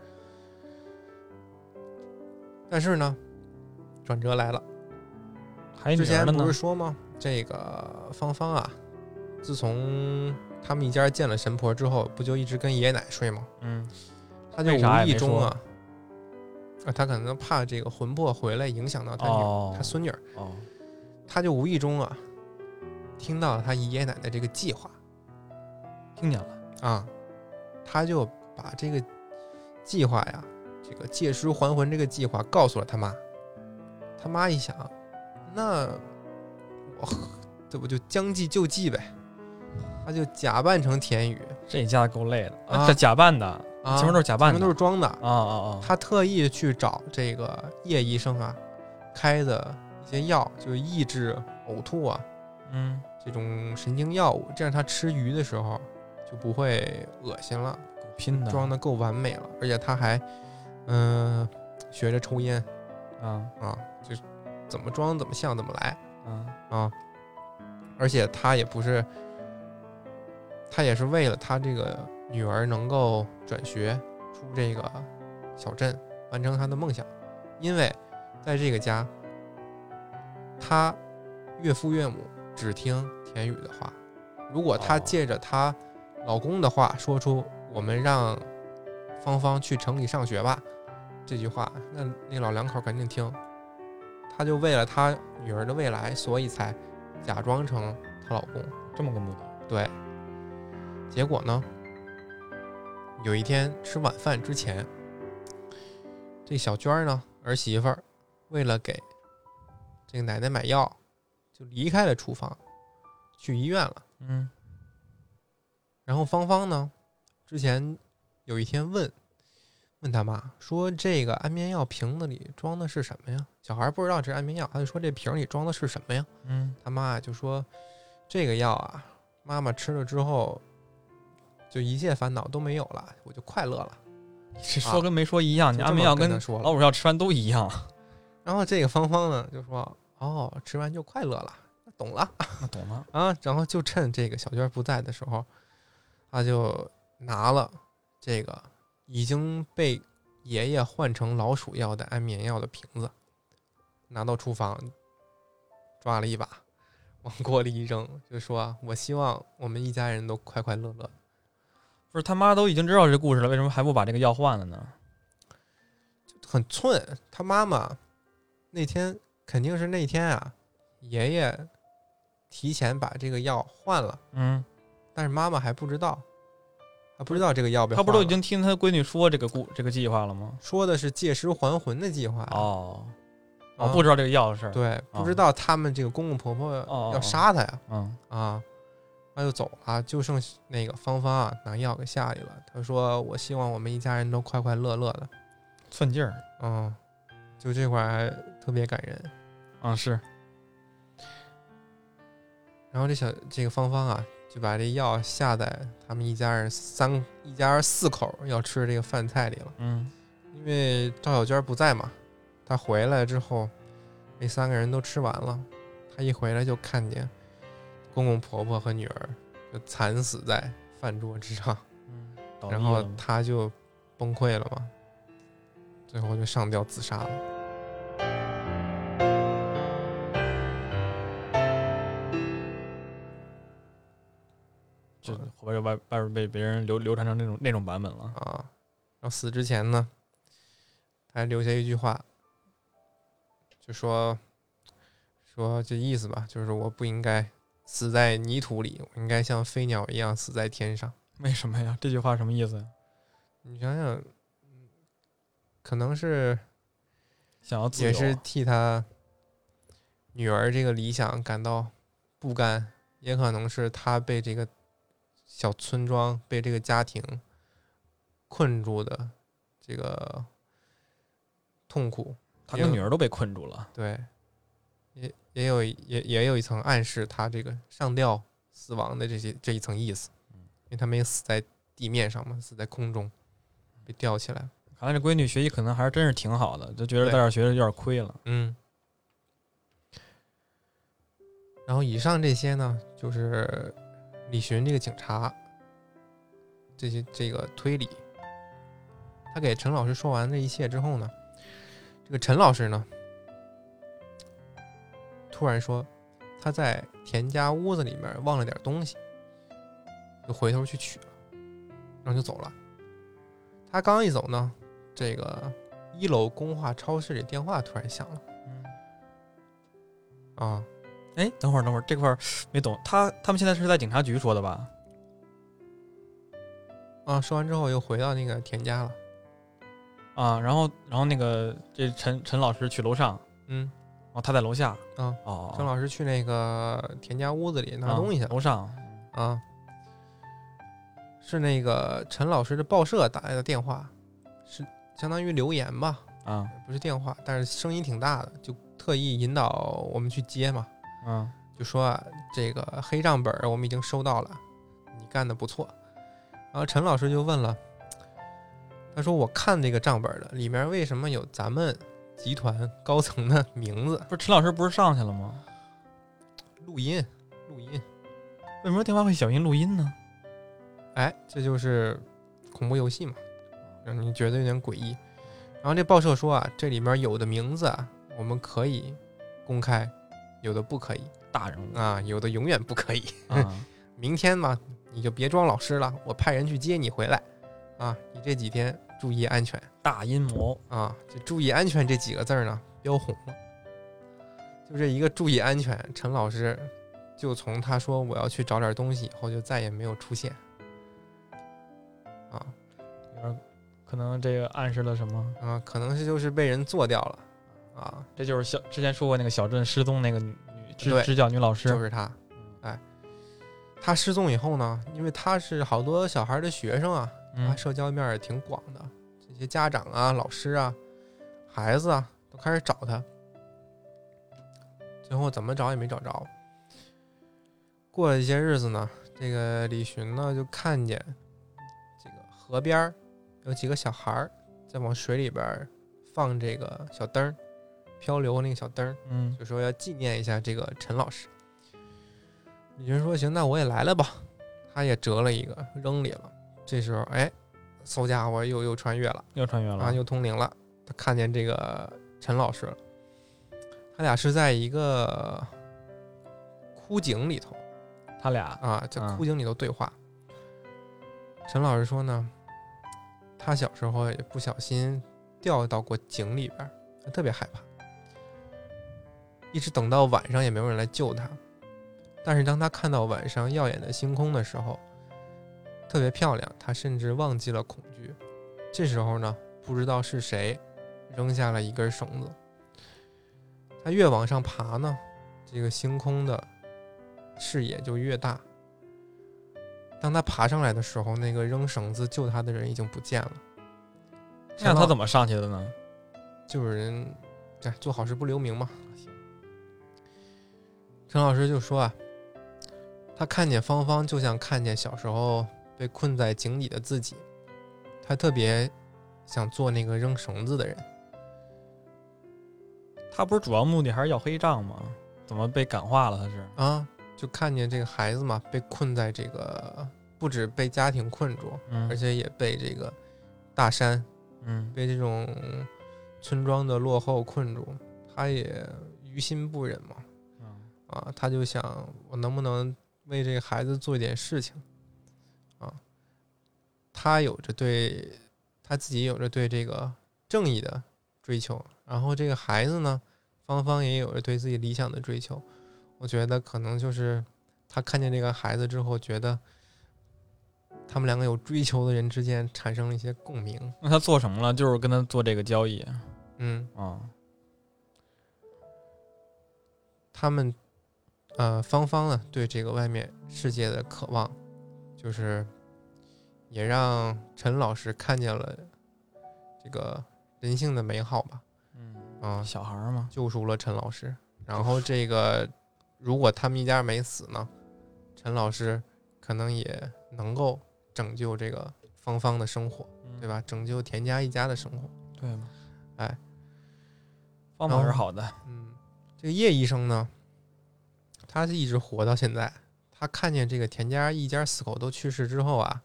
Speaker 1: 但是呢，转折来了。
Speaker 2: 还
Speaker 1: 之
Speaker 2: 女
Speaker 1: 前
Speaker 2: 儿的呢
Speaker 1: 不是，说吗？这个芳芳啊，自从他们一家见了神婆之后，不就一直跟爷爷奶奶睡吗？
Speaker 2: 嗯，
Speaker 1: 他就
Speaker 2: 为啥
Speaker 1: 无
Speaker 2: 也
Speaker 1: 意
Speaker 2: 没
Speaker 1: 中
Speaker 2: 说
Speaker 1: 啊，啊，他可能怕这个魂魄回来影响到他女儿、
Speaker 2: 哦
Speaker 1: 他孙女儿，
Speaker 2: 哦，
Speaker 1: 他就无意中啊，听到了他爷爷奶奶这个计划
Speaker 2: 听见了，
Speaker 1: 啊，他就把这个计划呀，这个借尸还魂这个计划告诉了他妈。他妈一想，那我这不就将计就计呗？他就假扮成田宇
Speaker 2: 这一家子够累的，
Speaker 1: 啊
Speaker 2: 这假扮的，
Speaker 1: 啊，
Speaker 2: 前面都是假
Speaker 1: 前
Speaker 2: 扮
Speaker 1: 面
Speaker 2: 的，
Speaker 1: 都是装的，
Speaker 2: 啊啊啊，
Speaker 1: 他特意去找这个叶医生啊开的一些药，就是抑制呕吐啊
Speaker 2: 嗯，
Speaker 1: 这种神经药物，这样他吃鱼的时候就不会恶心了，
Speaker 2: 够拼的，
Speaker 1: 装的够完美了，而且他还嗯、学着抽烟
Speaker 2: 啊
Speaker 1: 啊，就是怎么装怎么像怎么来
Speaker 2: 啊，
Speaker 1: 啊，而且他也不是，他也是为了他这个女儿能够转学出这个小镇，完成他的梦想，因为在这个家，他岳父岳母只听田宇的话，如果他
Speaker 2: 哦
Speaker 1: 借着她老公的话说出“我们让芳芳去城里上学吧”这句话，那那老两口肯定听。他就为了他女儿的未来，所以才假装成她老公。
Speaker 2: 这么个目的，
Speaker 1: 对，结果呢，有一天吃晚饭之前，这小娟儿呢，儿媳妇儿为了给这个奶奶买药，就离开了厨房，去医院了。
Speaker 2: 嗯
Speaker 1: 然后芳芳呢，之前有一天问问他妈说：“这个安眠药瓶子里装的是什么呀？”小孩不知道这是安眠药，他就说：“这瓶里装的是什么呀
Speaker 2: 嗯，？”
Speaker 1: 他妈啊就说：“这个药啊，妈妈吃了之后就一切烦恼都没有了，我就快乐了。
Speaker 2: 这说跟没说一样，
Speaker 1: 就
Speaker 2: 你
Speaker 1: 这
Speaker 2: 安
Speaker 1: 么
Speaker 2: 眠药
Speaker 1: 跟
Speaker 2: 跟
Speaker 1: 他说了
Speaker 2: 老虎药吃完都一样，
Speaker 1: 然后这个芳芳呢就说：“哦，吃完就快乐了，懂了
Speaker 2: 那懂吗？
Speaker 1: 啊。”然后就趁这个小娟不在的时候，他就拿了这个已经被爷爷换成老鼠药的安眠药的瓶子，拿到厨房，抓了一把，往锅里一扔，就说：“我希望我们一家人都快快乐乐。”
Speaker 2: 不是他妈都已经知道这故事了，为什么还不把这个药换了呢？
Speaker 1: 很寸。他妈妈那天肯定是那天啊，爷爷提前把这个药换了，
Speaker 2: 嗯，
Speaker 1: 但是妈妈还不知道，她不知道这个药被
Speaker 2: 他不
Speaker 1: 换
Speaker 2: 都
Speaker 1: 了
Speaker 2: 已经听他闺女说这个故这个计划了吗？
Speaker 1: 说的是借尸还魂的计划啊
Speaker 2: 哦，我不知道这个药的事儿。，
Speaker 1: 对，不知道他们这个公公婆婆
Speaker 2: 哦
Speaker 1: 要杀他呀
Speaker 2: 嗯，
Speaker 1: 啊。他就走了，就剩那个芳芳啊，拿药给下去了。他说：“我希望我们一家人都快快乐乐的。
Speaker 2: 寸劲儿。”
Speaker 1: 嗯，就这块儿还特别感人。
Speaker 2: 嗯，是
Speaker 1: 然后这小这个芳芳啊，就把这药下在他们一家人三一家人四口要吃的这个饭菜里了。
Speaker 2: 嗯，
Speaker 1: 因为赵小娟不在嘛，她回来之后，那三个人都吃完了，她一回来就看见公公婆婆和女儿就惨死在饭桌之上，
Speaker 2: 嗯，倒闭
Speaker 1: 然后
Speaker 2: 了嘛
Speaker 1: 她就崩溃了嘛，最后就上吊自杀了。
Speaker 2: 就会不会外外边被别人流流传成那种那种版本了？
Speaker 1: 啊，然后死之前呢，他还留下一句话，就说说这意思吧，就是我不应该死在泥土里，我应该像飞鸟一样死在天上。
Speaker 2: 为什么呀？这句话什么意思呀？
Speaker 1: 你想想，嗯可能是
Speaker 2: 想要自由
Speaker 1: 也
Speaker 2: 啊
Speaker 1: 是替他女儿这个理想感到不甘，也可能是他被这个小村庄、被这个家庭困住的这个痛苦。
Speaker 2: 他跟女儿都被困住了。
Speaker 1: 对，也也有也也有一层暗示他这个上吊死亡的这些这一层意思，因为他没死在地面上嘛，死在空中，被吊起来。
Speaker 2: 看来这闺女学习可能还是真是挺好的，就觉得
Speaker 1: 对
Speaker 2: 在这儿学着有点亏了。
Speaker 1: 嗯。然后以上这些呢，就是李寻这个警察，这些这个推理。他给陈老师说完这一切之后呢，这个陈老师呢，突然说他在田家屋子里面忘了点东西，就回头去取了，然后就走了。他刚一走呢，这个一楼工化超市里电话突然响了
Speaker 2: 嗯，
Speaker 1: 啊，
Speaker 2: 哎，等会儿，等会儿，这块儿没懂。他他们现在是在警察局说的吧？
Speaker 1: 啊，说完之后又回到那个田家了。
Speaker 2: 啊，然后然后那个这陈陈老师去楼上，
Speaker 1: 嗯，
Speaker 2: 然后他在楼下。
Speaker 1: 啊，
Speaker 2: 哦，
Speaker 1: 郑老师去那个田家屋子里拿东西去
Speaker 2: 啊
Speaker 1: 了
Speaker 2: 楼上。
Speaker 1: 啊。是那个陈老师的报社打来的电话，是相当于留言吧，
Speaker 2: 啊，
Speaker 1: 不是电话，但是声音挺大的，就特意引导我们去接嘛，
Speaker 2: 嗯，
Speaker 1: 就说啊，这个黑账本儿我们已经收到了，你干的不错。然后陈老师就问了，他说我看这个账本儿了，里面为什么有咱们集团高层的名字？
Speaker 2: 不是陈老师不是上去了吗？
Speaker 1: 录音，录音。
Speaker 2: 为什么电话会小音录音呢？
Speaker 1: 哎，这就是恐怖游戏嘛，让你觉得有点诡异。然后这报社说啊，这里面有的名字啊，我们可以公开，有的不可以
Speaker 2: 大人物
Speaker 1: 啊，有的永远不可以。
Speaker 2: 啊，
Speaker 1: 明天嘛，你就别装老师了，我派人去接你回来。啊，你这几天注意安全
Speaker 2: 大阴谋。
Speaker 1: 啊！这“注意安全”这几个字儿呢，标红了。就这一个“注意安全”，陈老师就从他说我要去找点东西以后，就再也没有出现。啊
Speaker 2: 有点可能这个暗示了什么？
Speaker 1: 啊，可能是就是被人做掉了啊，
Speaker 2: 这就是小之前说过那个小镇失踪那个女女支
Speaker 1: 对
Speaker 2: 支教女老师，
Speaker 1: 就是他。嗯哎他失踪以后呢，因为他是好多小孩的学生啊，
Speaker 2: 嗯
Speaker 1: 他社交面儿也挺广的，这些家长啊、老师啊、孩子啊都开始找他，最后怎么找也没找着。过了一些日子呢，这个李寻呢就看见河边儿有几个小孩儿在往水里边儿放这个小灯儿，漂流那个小灯儿，
Speaker 2: 嗯
Speaker 1: 就说要纪念一下这个陈老师。李群说：“行，那我也来了吧。”他也折了一个扔里了。这时候，哎，嗖家伙又又穿越了。
Speaker 2: 又穿越了，
Speaker 1: 啊，又通灵了，他看见这个陈老师了。他俩是在一个枯井里头
Speaker 2: 他俩
Speaker 1: 啊，在
Speaker 2: 嗯
Speaker 1: 枯井里头对话。陈老师说呢，他小时候也不小心掉到过井里边儿，他特别害怕，一直等到晚上也没有人来救他。但是当他看到晚上耀眼的星空的时候，特别漂亮，他甚至忘记了恐惧。这时候呢，不知道是谁扔下了一根绳子。他越往上爬呢，这个星空的视野就越大。当他爬上来的时候，那个扔绳子救他的人已经不见了。
Speaker 2: 那他怎
Speaker 1: 么
Speaker 2: 么上去的呢？
Speaker 1: 就有人，哎，做好事不留名嘛。陈老师就说啊，他看见芳芳就像看见小时候被困在井底的自己，他特别想做那个扔绳子的人。
Speaker 2: 他不是主要目的还是要黑账吗？怎么被感化了？他是
Speaker 1: 啊，就看见这个孩子嘛，被困在这个，不止被家庭困住，而
Speaker 2: 嗯
Speaker 1: 且也被这个大山、
Speaker 2: 嗯
Speaker 1: 被这种村庄的落后困住，他也于心不忍嘛。
Speaker 2: 嗯
Speaker 1: 啊，他就想我能不能为这个孩子做一点事情啊？他有着对他自己有着对这个正义的追求，然后这个孩子呢，芳芳也有着对自己理想的追求。我觉得可能就是他看见这个孩子之后，觉得他们两个有追求的人之间产生了一些共鸣。
Speaker 2: 那他做什么了？就是跟他做这个交易啊、
Speaker 1: 嗯，
Speaker 2: 嗯
Speaker 1: 他们，呃，芳芳呢对这个外面世界的渴望，就是也让陈老师看见了这个人性的美好吧，啊，
Speaker 2: 小孩儿嘛，
Speaker 1: 救赎了陈老师。然后这个，如果他们一家没死呢，陈老师可能也能够拯救这个芳芳的生活，对吧？拯救田家一家的生活。
Speaker 2: 嗯对嘛，
Speaker 1: 哎，
Speaker 2: 方法是好的，
Speaker 1: 嗯，这个叶医生呢，他是一直活到现在。他看见这个田家一家四口都去世之后啊，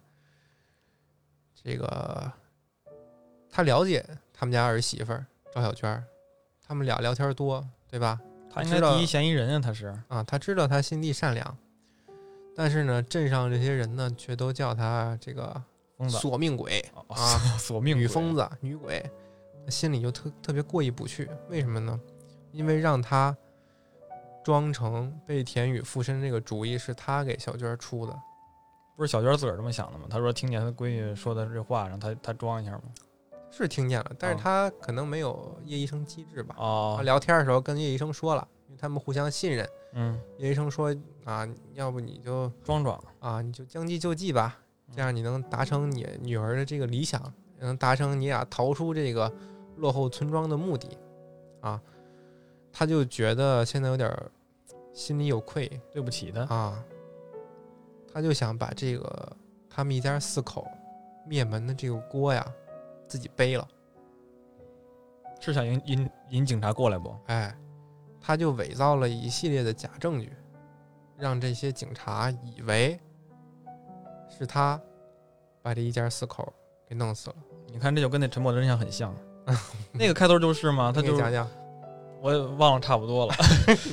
Speaker 1: 这个他了解他们家儿媳妇儿赵小娟儿，他们俩聊天多，对吧？
Speaker 2: 他应该
Speaker 1: 知道
Speaker 2: 第一嫌疑人啊，他是
Speaker 1: 啊，他知道他心地善良，但是呢，镇上这些人呢，却都叫他这个
Speaker 2: 疯子
Speaker 1: 索命鬼。
Speaker 2: 哦
Speaker 1: 啊
Speaker 2: 索命
Speaker 1: 女
Speaker 2: 鬼
Speaker 1: 疯子、女鬼，心里就特特别过意不去。为什么呢？因为让她装成被田宇附身这个主意是他给小娟儿出的。
Speaker 2: 不是小娟自个儿这么想的吗？她说听见她闺女说的这话，然后她她装一下嘛。
Speaker 1: 是听见了，但是
Speaker 2: 哦
Speaker 1: 他可能没有叶医生机智吧。他
Speaker 2: 哦，
Speaker 1: 聊天的时候跟叶医生说了，因为他们互相信任。
Speaker 2: 嗯，
Speaker 1: 叶医生说啊，要不你就
Speaker 2: 装装，
Speaker 1: 啊，你就将计就计吧，这样你能达成你女儿的这个理想，也能达成你俩逃出这个落后村庄的目的，啊，他就觉得现在有点儿心里有愧
Speaker 2: 对不起她。
Speaker 1: 啊，他就想把这个他们一家四口灭门的这个锅呀，自己背了，
Speaker 2: 是想引引引警察过来不？
Speaker 1: 哎，他就伪造了一系列的假证据，让这些警察以为是他把这一家四口给弄死了。
Speaker 2: 你看这就跟那沉默的真相很 像，那个开头就是嘛，他
Speaker 1: 你
Speaker 2: 就
Speaker 1: 给讲 讲，
Speaker 2: 我也忘了差不多了，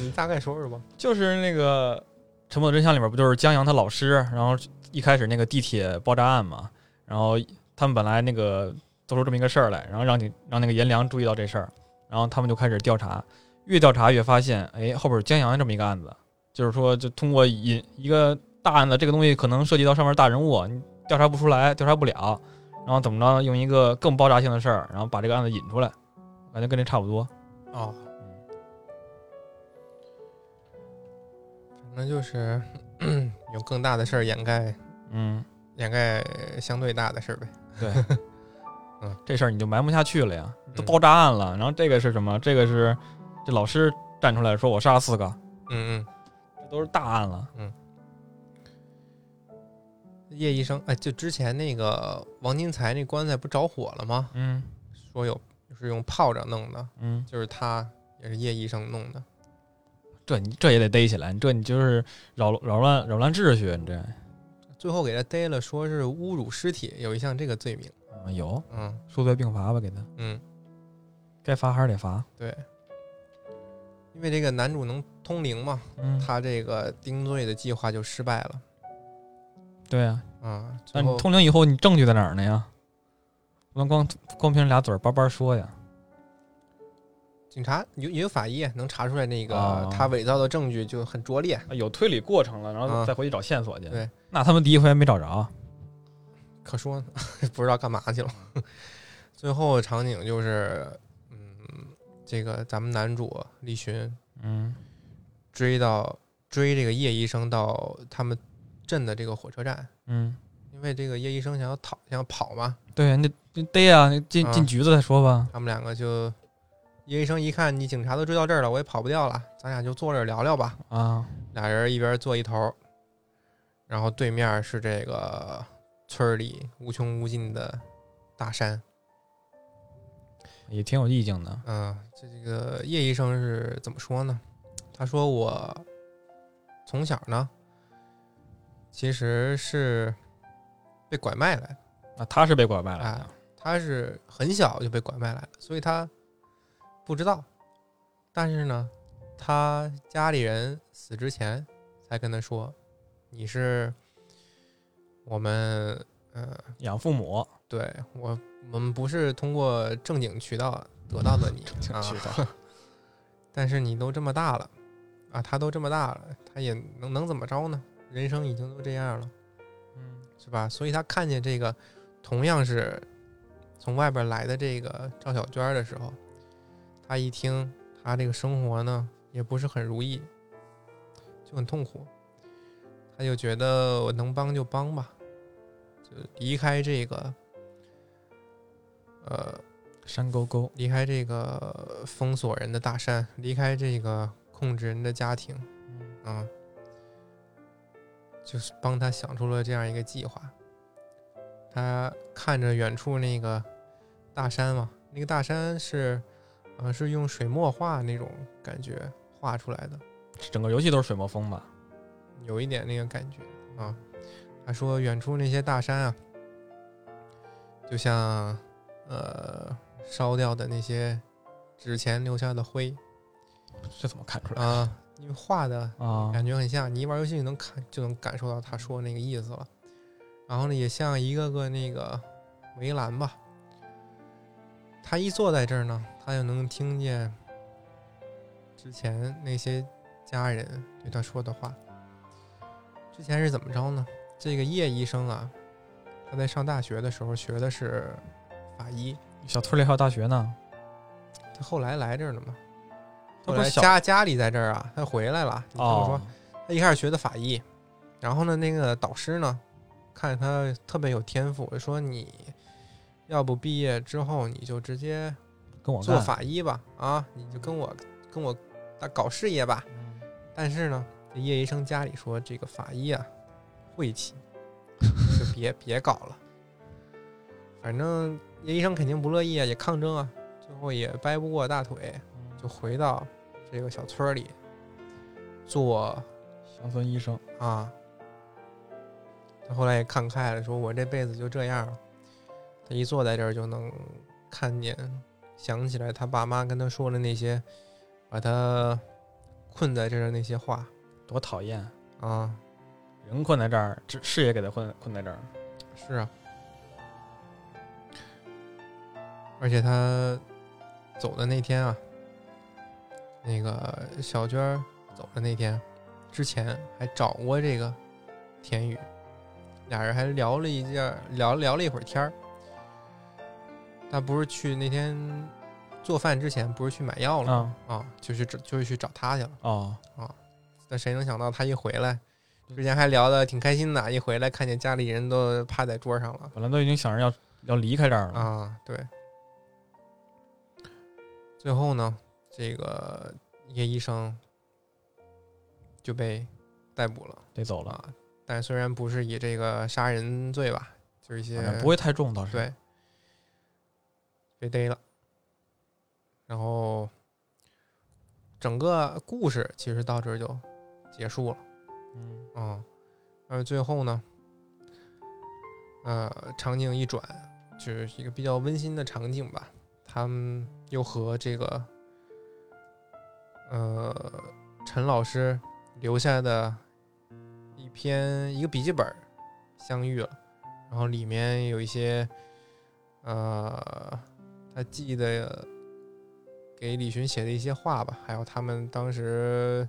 Speaker 1: 你大概说说吧。
Speaker 2: 就是那个《沉默的真相》里面不就是江阳他老师，然后一开始那个地铁爆炸案嘛，然后他们本来那个做出这么一个事儿来，然后让你让那个颜良注意到这事儿，然后他们就开始调查，越调查越发现，哎，后边有江阳这么一个案子，就是说就通过引一个大案子，这个东西可能涉及到上面大人物，你调查不出来，调查不了，然后怎么着用一个更爆炸性的事儿，然后把这个案子引出来，感觉跟这差不多。
Speaker 1: 哦，
Speaker 2: 嗯
Speaker 1: 反正就是 咳有更大的事儿掩盖
Speaker 2: 嗯，
Speaker 1: 掩盖相对大的事儿呗。，
Speaker 2: 对
Speaker 1: 嗯，
Speaker 2: 这事儿你就瞒不下去了呀，都
Speaker 1: 嗯
Speaker 2: 爆炸案了。然后这个是什么？这个是这老师站出来说：“我杀了四个，
Speaker 1: 嗯嗯。
Speaker 2: 这都是大案了。
Speaker 1: 叶医生，哎，就之前那个王金才那棺材不着火了吗？
Speaker 2: 嗯
Speaker 1: 说有是用炮仗弄的，
Speaker 2: 嗯，
Speaker 1: 就是他也是叶医生弄的。
Speaker 2: 这你这也得逮起来，你这你就是扰扰乱扰乱秩序，你这、
Speaker 1: 最后给他逮了，说是侮辱尸体，有一项这个罪名。
Speaker 2: 嗯、有
Speaker 1: 嗯
Speaker 2: 数罪并罚吧，给他
Speaker 1: 嗯，
Speaker 2: 该罚还是得罚。
Speaker 1: 对，因为这个男主能通灵嘛，
Speaker 2: 嗯，
Speaker 1: 他这个定罪的计划就失败了。
Speaker 2: 对啊，
Speaker 1: 啊，最
Speaker 2: 但你
Speaker 1: 后
Speaker 2: 通灵以后，你证据在哪儿呢呀？不能光光凭俩嘴儿叭叭说呀。
Speaker 1: 警察有也有法医能查出来那个、
Speaker 2: 哦
Speaker 1: 他伪造的证据就很拙劣，
Speaker 2: 啊有推理过程了，然
Speaker 1: 后再
Speaker 2: 回去找线索去
Speaker 1: 对，
Speaker 2: 那他们第一回还没找着。
Speaker 1: 可说 呢，不知道干嘛去了。 最后场景就是，嗯，这个咱们男主李寻
Speaker 2: 嗯
Speaker 1: 追到追这个叶医生到他们镇的这个火车站，
Speaker 2: 嗯，
Speaker 1: 因为这个叶医生想要逃想要跑嘛，
Speaker 2: 对，那那逮呀，那进
Speaker 1: 啊
Speaker 2: 进局子再说吧。
Speaker 1: 他们两个就叶医生一看你警察都追到这儿了，我也跑不掉了，咱俩就坐这儿聊聊吧。
Speaker 2: 啊，
Speaker 1: 俩人一边坐一头，然后对面是这个村儿里无穷无尽的大山。
Speaker 2: 也挺有意境的。
Speaker 1: 嗯，这这个叶医生是怎么说呢？他说我从小呢，其实是被拐卖来的，
Speaker 2: 那他是被拐卖来的
Speaker 1: 哎，他是很小就被拐卖来的，所以他不知道。但是呢，他家里人死之前才跟他说，你是我们，呃，
Speaker 2: 养父母
Speaker 1: 对我我们不是通过正经渠道得到的你
Speaker 2: 挺
Speaker 1: 啊
Speaker 2: 知，道。
Speaker 1: 但是你都这么大了，啊，他都这么大了，他也能能怎么着呢？人生已经都这样了，
Speaker 2: 嗯
Speaker 1: 是吧？所以他看见这个同样是从外边来的这个赵小娟儿的时候，他一听他这个生活呢也不是很如意，就很痛苦，他就觉得我能帮就帮吧，就离开这个，呃，
Speaker 2: 山沟沟，
Speaker 1: 离开这个封锁人的大山，离开这个控制人的家庭，
Speaker 2: 嗯
Speaker 1: 啊，就是帮他想出了这样一个计划。他看着远处那个大山嘛，那个大山是，啊、是用水墨画那种感觉画出来的，
Speaker 2: 整个游戏都是水墨风吧？
Speaker 1: 有一点那个感觉啊。他说远处那些大山啊，就像呃烧掉的那些纸钱留下的灰
Speaker 2: 这怎么看出来
Speaker 1: 啊，因为画的
Speaker 2: 啊？
Speaker 1: 感觉很像。你一玩游戏，你能看就能感受到他说那个意思了。然后呢，也像一个个那个围栏吧。他一坐在这儿呢，他就能听见之前那些家人对他说的话。之前是怎么着呢？这个叶医生啊，他在上大学的时候学的是法医，
Speaker 2: 小村里还有大学呢，
Speaker 1: 他后来来这儿了嘛。后
Speaker 2: 他不
Speaker 1: 来
Speaker 2: 是小
Speaker 1: 家家里在这儿啊，他回来了。你听我说，
Speaker 2: 哦，
Speaker 1: 他一开始学的法医，然后呢，那个导师呢，看他特别有天赋，说你要不毕业之后你就直接
Speaker 2: 跟我
Speaker 1: 做
Speaker 2: 干。
Speaker 1: 法医吧，啊，你就跟我跟我啊搞事业吧。
Speaker 2: 嗯
Speaker 1: 但是呢，这叶医生家里说这个法医啊，晦气，就别别搞了。反正叶医生肯定不乐意啊，也抗争啊，最后也掰不过大腿，就回到这个小村儿里做
Speaker 2: 乡村医生，
Speaker 1: 啊，他后来也看开了，说我这辈子就这样了。他一坐在这儿就能看见，想起来他爸妈跟他说的那些，把他困在这儿的那些话
Speaker 2: 多讨厌！
Speaker 1: 啊。
Speaker 2: 人困在这儿，这事业给他困困在这儿。
Speaker 1: 是啊，而且他走的那天啊，那个小娟儿走的那天之前还找过这个田宇，俩人还聊了一下，聊聊了一会儿天儿。他不是去那天做饭之前，不是去买药了吗
Speaker 2: 啊
Speaker 1: 啊，就去找就是去找他去了。
Speaker 2: 哦，
Speaker 1: 但谁能想到他一回来，之前还聊的挺开心的，一回来看见家里人都趴在桌上了。
Speaker 2: 本来都已经想着要要离开这儿了。
Speaker 1: 啊，对。最后呢，这个叶医生就被逮捕了
Speaker 2: 得走了，
Speaker 1: 啊，但虽然不是以这个杀人罪吧，就是一些
Speaker 2: 反正不会太重，倒是。
Speaker 1: 对，被逮了。然后整个故事其实到这儿就结束了。
Speaker 2: 嗯，
Speaker 1: 嗯，但是最后呢，呃，场景一转，就是一个比较温馨的场景吧。他们又和这个，呃，陈老师留下的一篇一个笔记本儿相遇了，然后里面有一些，呃，他记得给李寻写的一些话吧，还有他们当时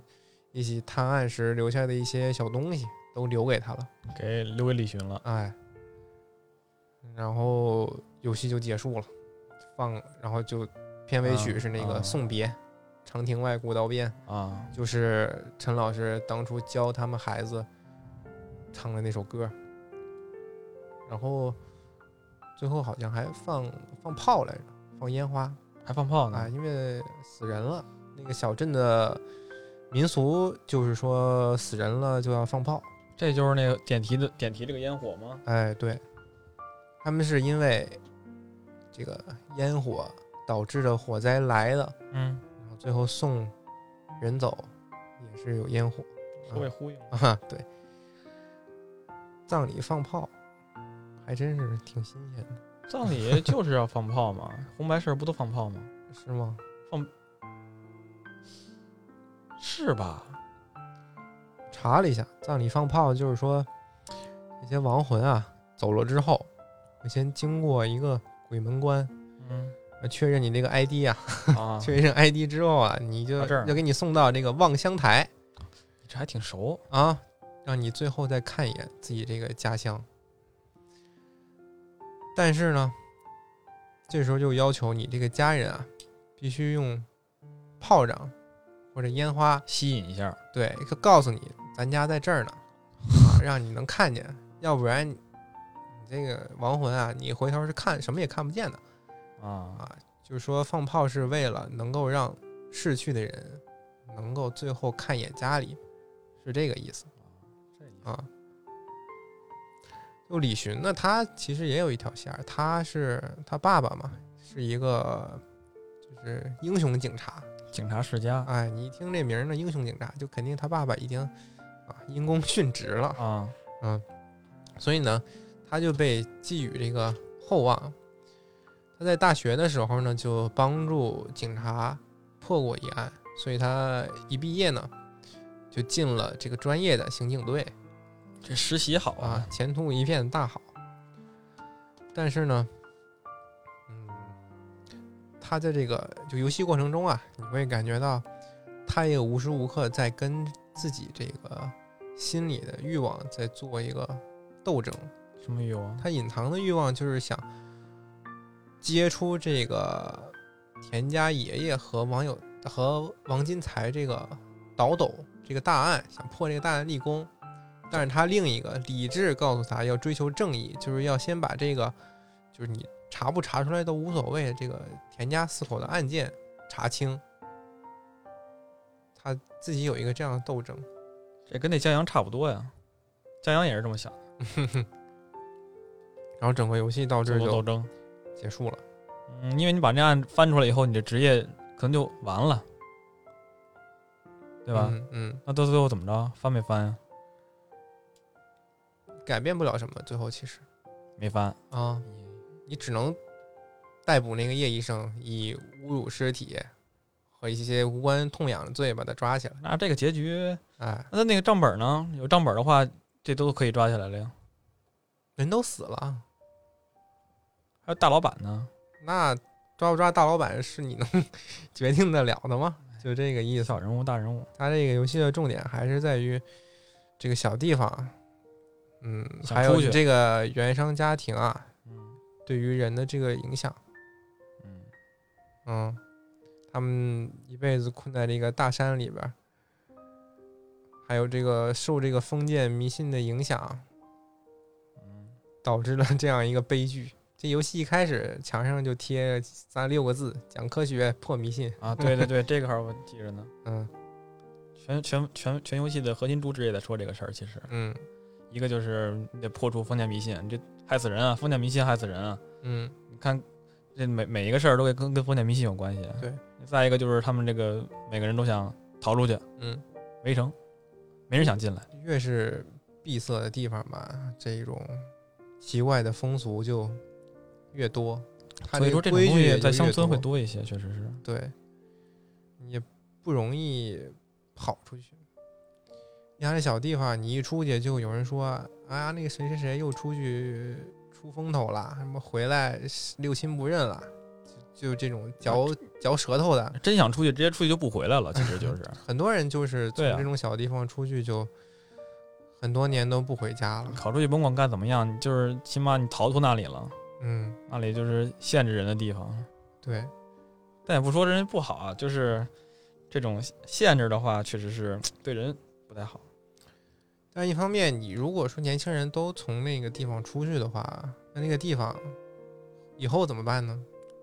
Speaker 1: 一起探案时留下的一些小东西都留给他了。
Speaker 2: 给留给李寻了。
Speaker 1: 哎，然后游戏就结束了，放，然后就片尾曲是那
Speaker 2: 啊啊
Speaker 1: 个送别，长亭外古道边，
Speaker 2: 啊，
Speaker 1: 就是陈老师当初教他们孩子唱的那首歌。然后最后好像还放放炮来着，放烟花
Speaker 2: 还放炮呢
Speaker 1: 啊，。因为死人了，那个小镇的民俗就是说死人了就要放炮。
Speaker 2: 这就是那个点题的点题这个烟火吗？
Speaker 1: 哎，对，他们是因为这个烟火导致的火灾来的，
Speaker 2: 嗯，
Speaker 1: 然后最后送人走也是有烟火
Speaker 2: 社会呼应。
Speaker 1: 啊。 对，葬礼放炮，还真是挺新鲜的，
Speaker 2: 嗯葬礼就是要放炮嘛，红白事儿不都放炮吗？
Speaker 1: 是吗？
Speaker 2: 是吧？
Speaker 1: 查了一下，葬礼放炮就是说，这些亡魂啊走了之后，会先经过一个鬼门关，
Speaker 2: 嗯
Speaker 1: 呃确认你这个 ID 啊，
Speaker 2: 啊，
Speaker 1: 确认 ID 之后啊，你就
Speaker 2: 到这儿呢
Speaker 1: 要给你送到这个望乡台。
Speaker 2: 这还挺熟。
Speaker 1: 啊，让你最后再看一眼自己这个家乡。但是呢，这时候就要求你这个家人啊，必须用炮仗或者烟花，
Speaker 2: 吸引一下，
Speaker 1: 对，就告诉你咱家在这儿呢，啊让你能看见，要不然你这个亡魂啊，你回头是看什么也看不见的。
Speaker 2: 啊，
Speaker 1: 就是说，放炮是为了能够让逝去的人能够最后看一眼家里，是这个意思。
Speaker 2: 这意思
Speaker 1: 啊。就李寻呢，他其实也有一条线儿，他是他爸爸嘛，是一个就是英雄警察。
Speaker 2: 警察世家
Speaker 1: 哎，你一听这名儿呢，英雄警察，就肯定他爸爸已经啊因公殉职了。
Speaker 2: 啊，
Speaker 1: 嗯，所以呢，他就被寄予这个厚望。他在大学的时候呢，就帮助警察破过一案，所以他一毕业呢，就进了这个专业的刑警队。
Speaker 2: 这实习好
Speaker 1: 啊，，前途一片大好。但是呢，嗯，他在这个就游戏过程中啊，你会感觉到他也无时无刻在跟自己这个心里的欲望在做一个斗争。
Speaker 2: 什么啊欲望？
Speaker 1: 他隐藏的欲望就是想接触这个田家爷爷和网友和王金才这个倒斗这个大案，想破这个大案立功。但是他另一个理智告诉他要追求正义，就是要先把这个就是你查不查出来都无所谓，这个田家四口的案件查清。他自己有一个这样的斗争。
Speaker 2: 这跟那江阳差不多呀，江阳也是这么想的，
Speaker 1: 然后整个游戏到这
Speaker 2: 自
Speaker 1: 儿
Speaker 2: 我斗
Speaker 1: 就
Speaker 2: 争。
Speaker 1: 结束了。
Speaker 2: 嗯，因为你把这案翻出来以后，你这职业可能就完了，对吧？
Speaker 1: 嗯嗯，
Speaker 2: 那到最后怎么着？翻没翻呀？
Speaker 1: 改变不了什么，最后其实。
Speaker 2: 没翻。
Speaker 1: 啊，你只能逮捕那个叶医生，以侮辱尸体和一些无关痛痒的罪把他抓起来。
Speaker 2: 那这个结局，
Speaker 1: 哎，
Speaker 2: 那他那个账本呢？有账本的话，这都可以抓起来了呀。
Speaker 1: 人都死了，啊
Speaker 2: 还有大老板呢，
Speaker 1: 那抓不抓大老板是你能 决定得了的吗？就这个意思。
Speaker 2: 小人物大人物，
Speaker 1: 他这个游戏的重点还是在于这个小地方，啊嗯，
Speaker 2: 想
Speaker 1: 还
Speaker 2: 出
Speaker 1: 有
Speaker 2: 去
Speaker 1: 你这个原生家庭啊，
Speaker 2: 嗯
Speaker 1: 对于人的这个影响。
Speaker 2: 嗯，
Speaker 1: 嗯，他们一辈子困在这个大山里边儿，还有这个受这个封建迷信的影响，嗯导致了这样一个悲剧。这游戏一开始墙上就贴三六个字：讲科学，破迷信。
Speaker 2: 啊，对对对， 这个号我记着呢。
Speaker 1: 嗯
Speaker 2: 全全全全游戏的核心主旨也在说这个事儿，其实
Speaker 1: 嗯，
Speaker 2: 一个就是你得破除封建迷信，你这害死人啊，封建迷信害死人啊。
Speaker 1: 嗯，
Speaker 2: 你看这每每一个事儿都会跟跟封建迷信有关系。
Speaker 1: 对，
Speaker 2: 再一个就是他们这个每个人都想逃出去，
Speaker 1: 嗯，
Speaker 2: 围城，没人想进来。
Speaker 1: 越是闭塞的地方吧，这种奇怪的风俗就越多。它
Speaker 2: 所以
Speaker 1: 这
Speaker 2: 说
Speaker 1: 个
Speaker 2: 这种
Speaker 1: 规
Speaker 2: 东
Speaker 1: 矩也
Speaker 2: 西
Speaker 1: 就
Speaker 2: 在乡
Speaker 1: 越
Speaker 2: 村会
Speaker 1: 多，
Speaker 2: 多一些，确实是。
Speaker 1: 对，你也不容易跑出去。你看这小地方，你一出去就有人说：“哎呀，那个谁谁谁又出去出风头了，什么回来六亲不认了。”就就这
Speaker 2: 啊
Speaker 1: 种嚼嚼舌头 的，
Speaker 2: 真想出去，直接出去就不回来了，其实就是
Speaker 1: 很多人就是从
Speaker 2: 对啊
Speaker 1: 这种小地方出去就很多年都不回家了。
Speaker 2: 考出去甭管干怎么样，你就是起码你逃脱那里了，
Speaker 1: 嗯，
Speaker 2: 那里就是限制人的地方。
Speaker 1: 对，
Speaker 2: 但也不说人家不好啊，就是这种限制的话，确实是对人不太好。
Speaker 1: 但一方面，你如果说年轻人都从那个地方出去的话，那那个地方以后怎么办呢？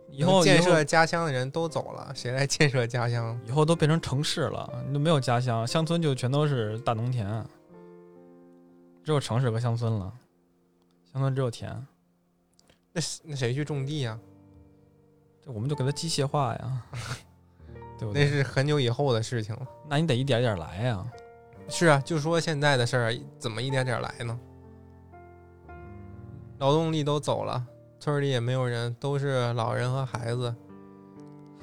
Speaker 2: 以后
Speaker 1: 建
Speaker 2: 以后
Speaker 1: 设家乡的人都走了，谁来建设家乡？
Speaker 2: 以后都变成城市了，你就没有家乡，乡村就全都是大农田，只有城市和乡村了，乡村只有田，
Speaker 1: 那是那谁去种地啊呀、
Speaker 2: 这我们就给它机械化 呀，对不
Speaker 1: 那
Speaker 2: 对？
Speaker 1: 是很久以后的事情了。
Speaker 2: 那你得一点一点来呀。
Speaker 1: 是啊，就说现在的事儿怎么一点点来呢？劳动力都走了，村儿里也没有人，都是老人和孩子，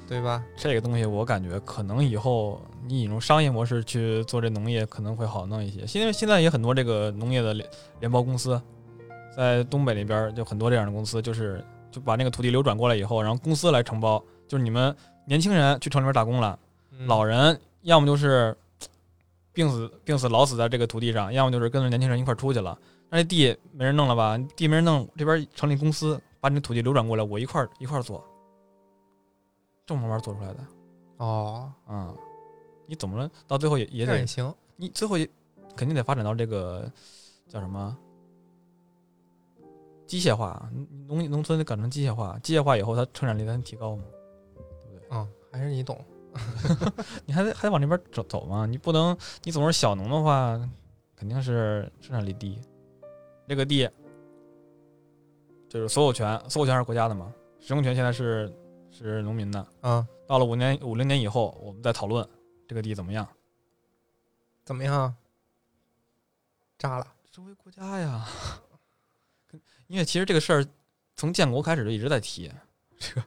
Speaker 1: 对吧？
Speaker 2: 这个东西我感觉可能以后你引入商业模式去做这农业可能会好弄一些。现在现在也很多这个农业的联联包公司，在东北那边儿就很多这样的公司，就是就把那个土地流转过来以后，然后公司来承包，就是你们年轻人去城里面打工了，
Speaker 1: 嗯
Speaker 2: 老人要么就是病死病死老死在这个土地上，要么就是跟着年轻人一块儿出去了。那这地没人弄了吧？地没人弄，这边成立公司，把你的土地流转过来，我一块儿一块儿做，这么慢慢做出来的。
Speaker 1: 哦，
Speaker 2: 啊、你怎么了？到最后也也
Speaker 1: 这样也
Speaker 2: 得，
Speaker 1: 行。
Speaker 2: 你最后也肯定得发展到这个叫什么机械化，农农村得改成机械化，机械化以后它生产力才能提高嘛。
Speaker 1: 嗯，还是你懂。
Speaker 2: 你还得还得往那边走走嘛，你不能你总是小农的话，肯定是生产力低。这个地就是所有权，所有权是国家的嘛，使用权现在是是农民的。
Speaker 1: 嗯，
Speaker 2: 到了五年五零年以后，我们再讨论这个地怎么样，
Speaker 1: 怎么样？炸了。
Speaker 2: 收回国家呀。因为其实这个事儿从建国开始就一直在提，这个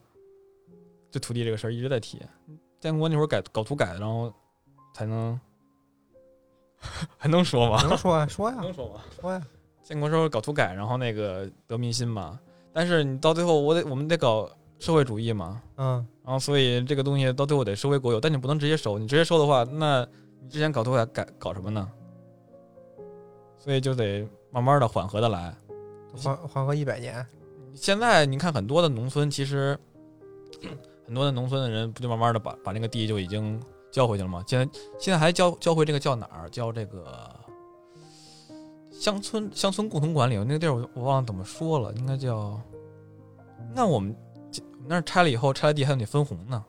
Speaker 2: 这土地这个事儿一直在提。建国那会儿改搞土改，然后才能 还能说吗？
Speaker 1: 能说呀，啊说 呀，
Speaker 2: 能说吗？
Speaker 1: 说呀。
Speaker 2: 建国时候搞土改，然后那个得民心嘛。但是你到最后，我得我们得搞社会主义嘛。
Speaker 1: 嗯，
Speaker 2: 然后所以这个东西到最后得收为国有，但你不能直接收，你直接收的话，那你之前搞土改改搞什么呢？所以就得慢慢的缓和的来。
Speaker 1: 嗯缓缓和一百年。
Speaker 2: 现在你看很多的农村，其实 很多的农村的人不就慢慢的把把那个地就已经交回去了吗？现在现在还交交回这个叫哪儿？叫这个乡村乡村共同管理，那个地儿我我忘了怎么说了，应该叫。那我们我们那儿拆了以后，拆了地还得分红呢。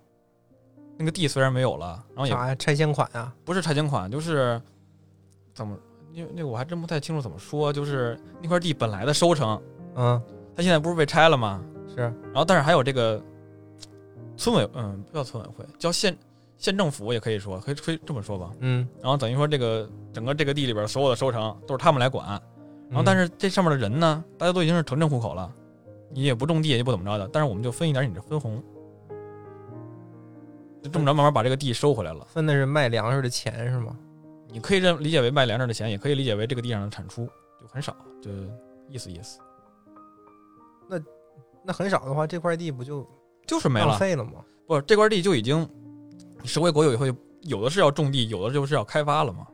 Speaker 2: 那个地虽然没有了，然后也
Speaker 1: 啥呀？拆迁款啊？
Speaker 2: 不是拆迁款，就是怎么那那我还真不太清楚怎么说，就是那块地本来的收成，
Speaker 1: 嗯，
Speaker 2: 它现在不是被拆了吗？
Speaker 1: 是。
Speaker 2: 然后但是还有这个村委，嗯，不叫村委会，叫县县政府也可以说，可以可以这么说吧。
Speaker 1: 嗯。
Speaker 2: 然后等于说这个整个这个地里边所有的收成都是他们来管，然后但是这上面的人呢，大家都已经是城镇户口了，你也不种地也不怎么着的，但是我们就分一点你的分红，就这么着慢慢把这个地收回来了。
Speaker 1: 分的是卖粮食的钱是吗？
Speaker 2: 你可以认理解为卖粮食的钱，也可以理解为这个地上的产出就很少，就意思意思，
Speaker 1: 那很少的话，这块地不就
Speaker 2: 就是没了
Speaker 1: 浪。费了吗？
Speaker 2: 不，这块地就已经收回国有以后，有的是要种地，有的就是要开发了嘛。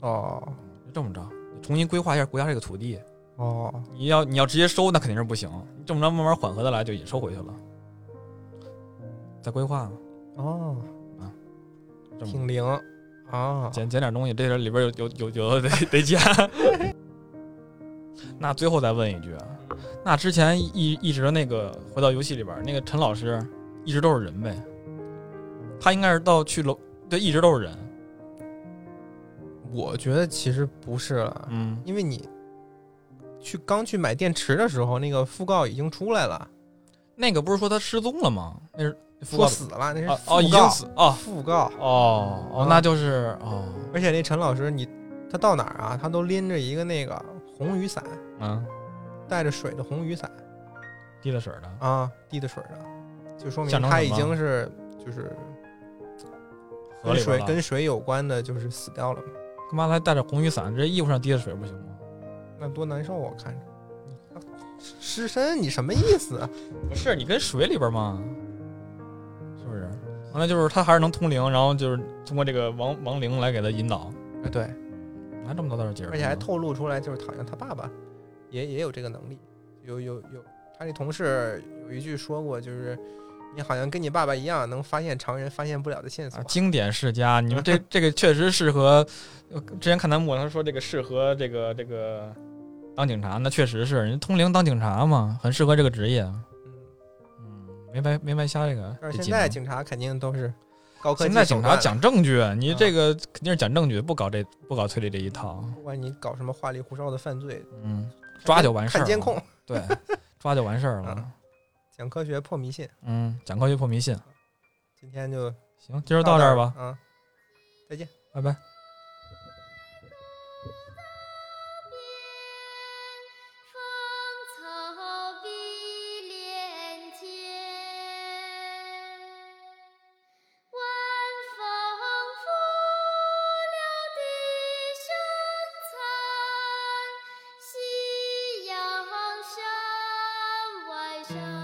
Speaker 1: 哦
Speaker 2: 就这么着，重新规划一下国家这个土地。
Speaker 1: 哦，
Speaker 2: 你要你要直接收，那肯定是不行。这么着慢慢缓和的来，就也收回去了。再规划嘛，
Speaker 1: 哦，
Speaker 2: 啊这么
Speaker 1: 挺灵啊！
Speaker 2: 捡捡点东西，这里边有有有有的得得捡。 那最后再问一句啊，那之前一一直那个回到游戏里边，那个陈老师一直都是人呗？他应该是到去楼，对，一直都是人。
Speaker 1: 我觉得其实不是了，
Speaker 2: 嗯，
Speaker 1: 因为你去刚去买电池的时候，那个讣告已经出来了，
Speaker 2: 那个不是说他失踪了吗？那是
Speaker 1: 说死了，那是
Speaker 2: 哦
Speaker 1: 讣告
Speaker 2: 哦，已经死哦
Speaker 1: 讣告，
Speaker 2: 哦哦
Speaker 1: 啊，
Speaker 2: 那就是哦，
Speaker 1: 而且那陈老师你他到哪儿啊，他都拎着一个那个红雨伞，
Speaker 2: 嗯，
Speaker 1: 带着水的红雨伞
Speaker 2: 滴了水的，
Speaker 1: 啊，滴的水的，就说明
Speaker 2: 象征
Speaker 1: 他
Speaker 2: 什
Speaker 1: 已
Speaker 2: 么
Speaker 1: 经是就是跟
Speaker 2: 河里边
Speaker 1: 水
Speaker 2: 了。
Speaker 1: 跟水有关的，就是死掉了嘛，
Speaker 2: 干嘛来带着红雨伞？这衣服上滴的水不行吗？
Speaker 1: 那多难受啊！我看着湿身，你什么意思啊？
Speaker 2: 不是，你跟水里边嘛，是不是？完了就是他还是能通灵，然后就是通过这个亡亡灵来给他引导，
Speaker 1: 啊对，
Speaker 2: 拿这么多道解释，
Speaker 1: 而且还透露出来，就是好像他爸爸也也有这个能力，有有有，他那同事有一句说过，就是你好像跟你爸爸一样，能发现常人发现不了的线索
Speaker 2: 啊，。经典 世家，你们这这个确实适合。呃之前看弹幕，他说这个适合这个这个当警察，那确实是人家通灵当警察嘛，很适合这个职业。
Speaker 1: 嗯，
Speaker 2: 嗯，没白没白瞎这个。
Speaker 1: 但
Speaker 2: 这
Speaker 1: 是
Speaker 2: 技
Speaker 1: 现在
Speaker 2: 能
Speaker 1: 警察肯定都是高科技
Speaker 2: 现
Speaker 1: 手
Speaker 2: 在
Speaker 1: 段，
Speaker 2: 警察讲证据，你
Speaker 1: 嗯
Speaker 2: 这个肯定是讲证据，不搞这不搞推理这一套。
Speaker 1: 不管你搞什么花里胡哨的犯罪，
Speaker 2: 嗯，抓就完事儿
Speaker 1: 看
Speaker 2: 啊了。
Speaker 1: 监控，
Speaker 2: 对，抓就完事儿 了
Speaker 1: 嗯。讲科学破迷信。
Speaker 2: 嗯，讲科学破迷信。
Speaker 1: 今天就
Speaker 2: 行，今儿到这儿吧，
Speaker 1: 啊，
Speaker 2: 拜拜。
Speaker 3: 芳草碧连天，晚风拂柳笛声残，夕阳山外山。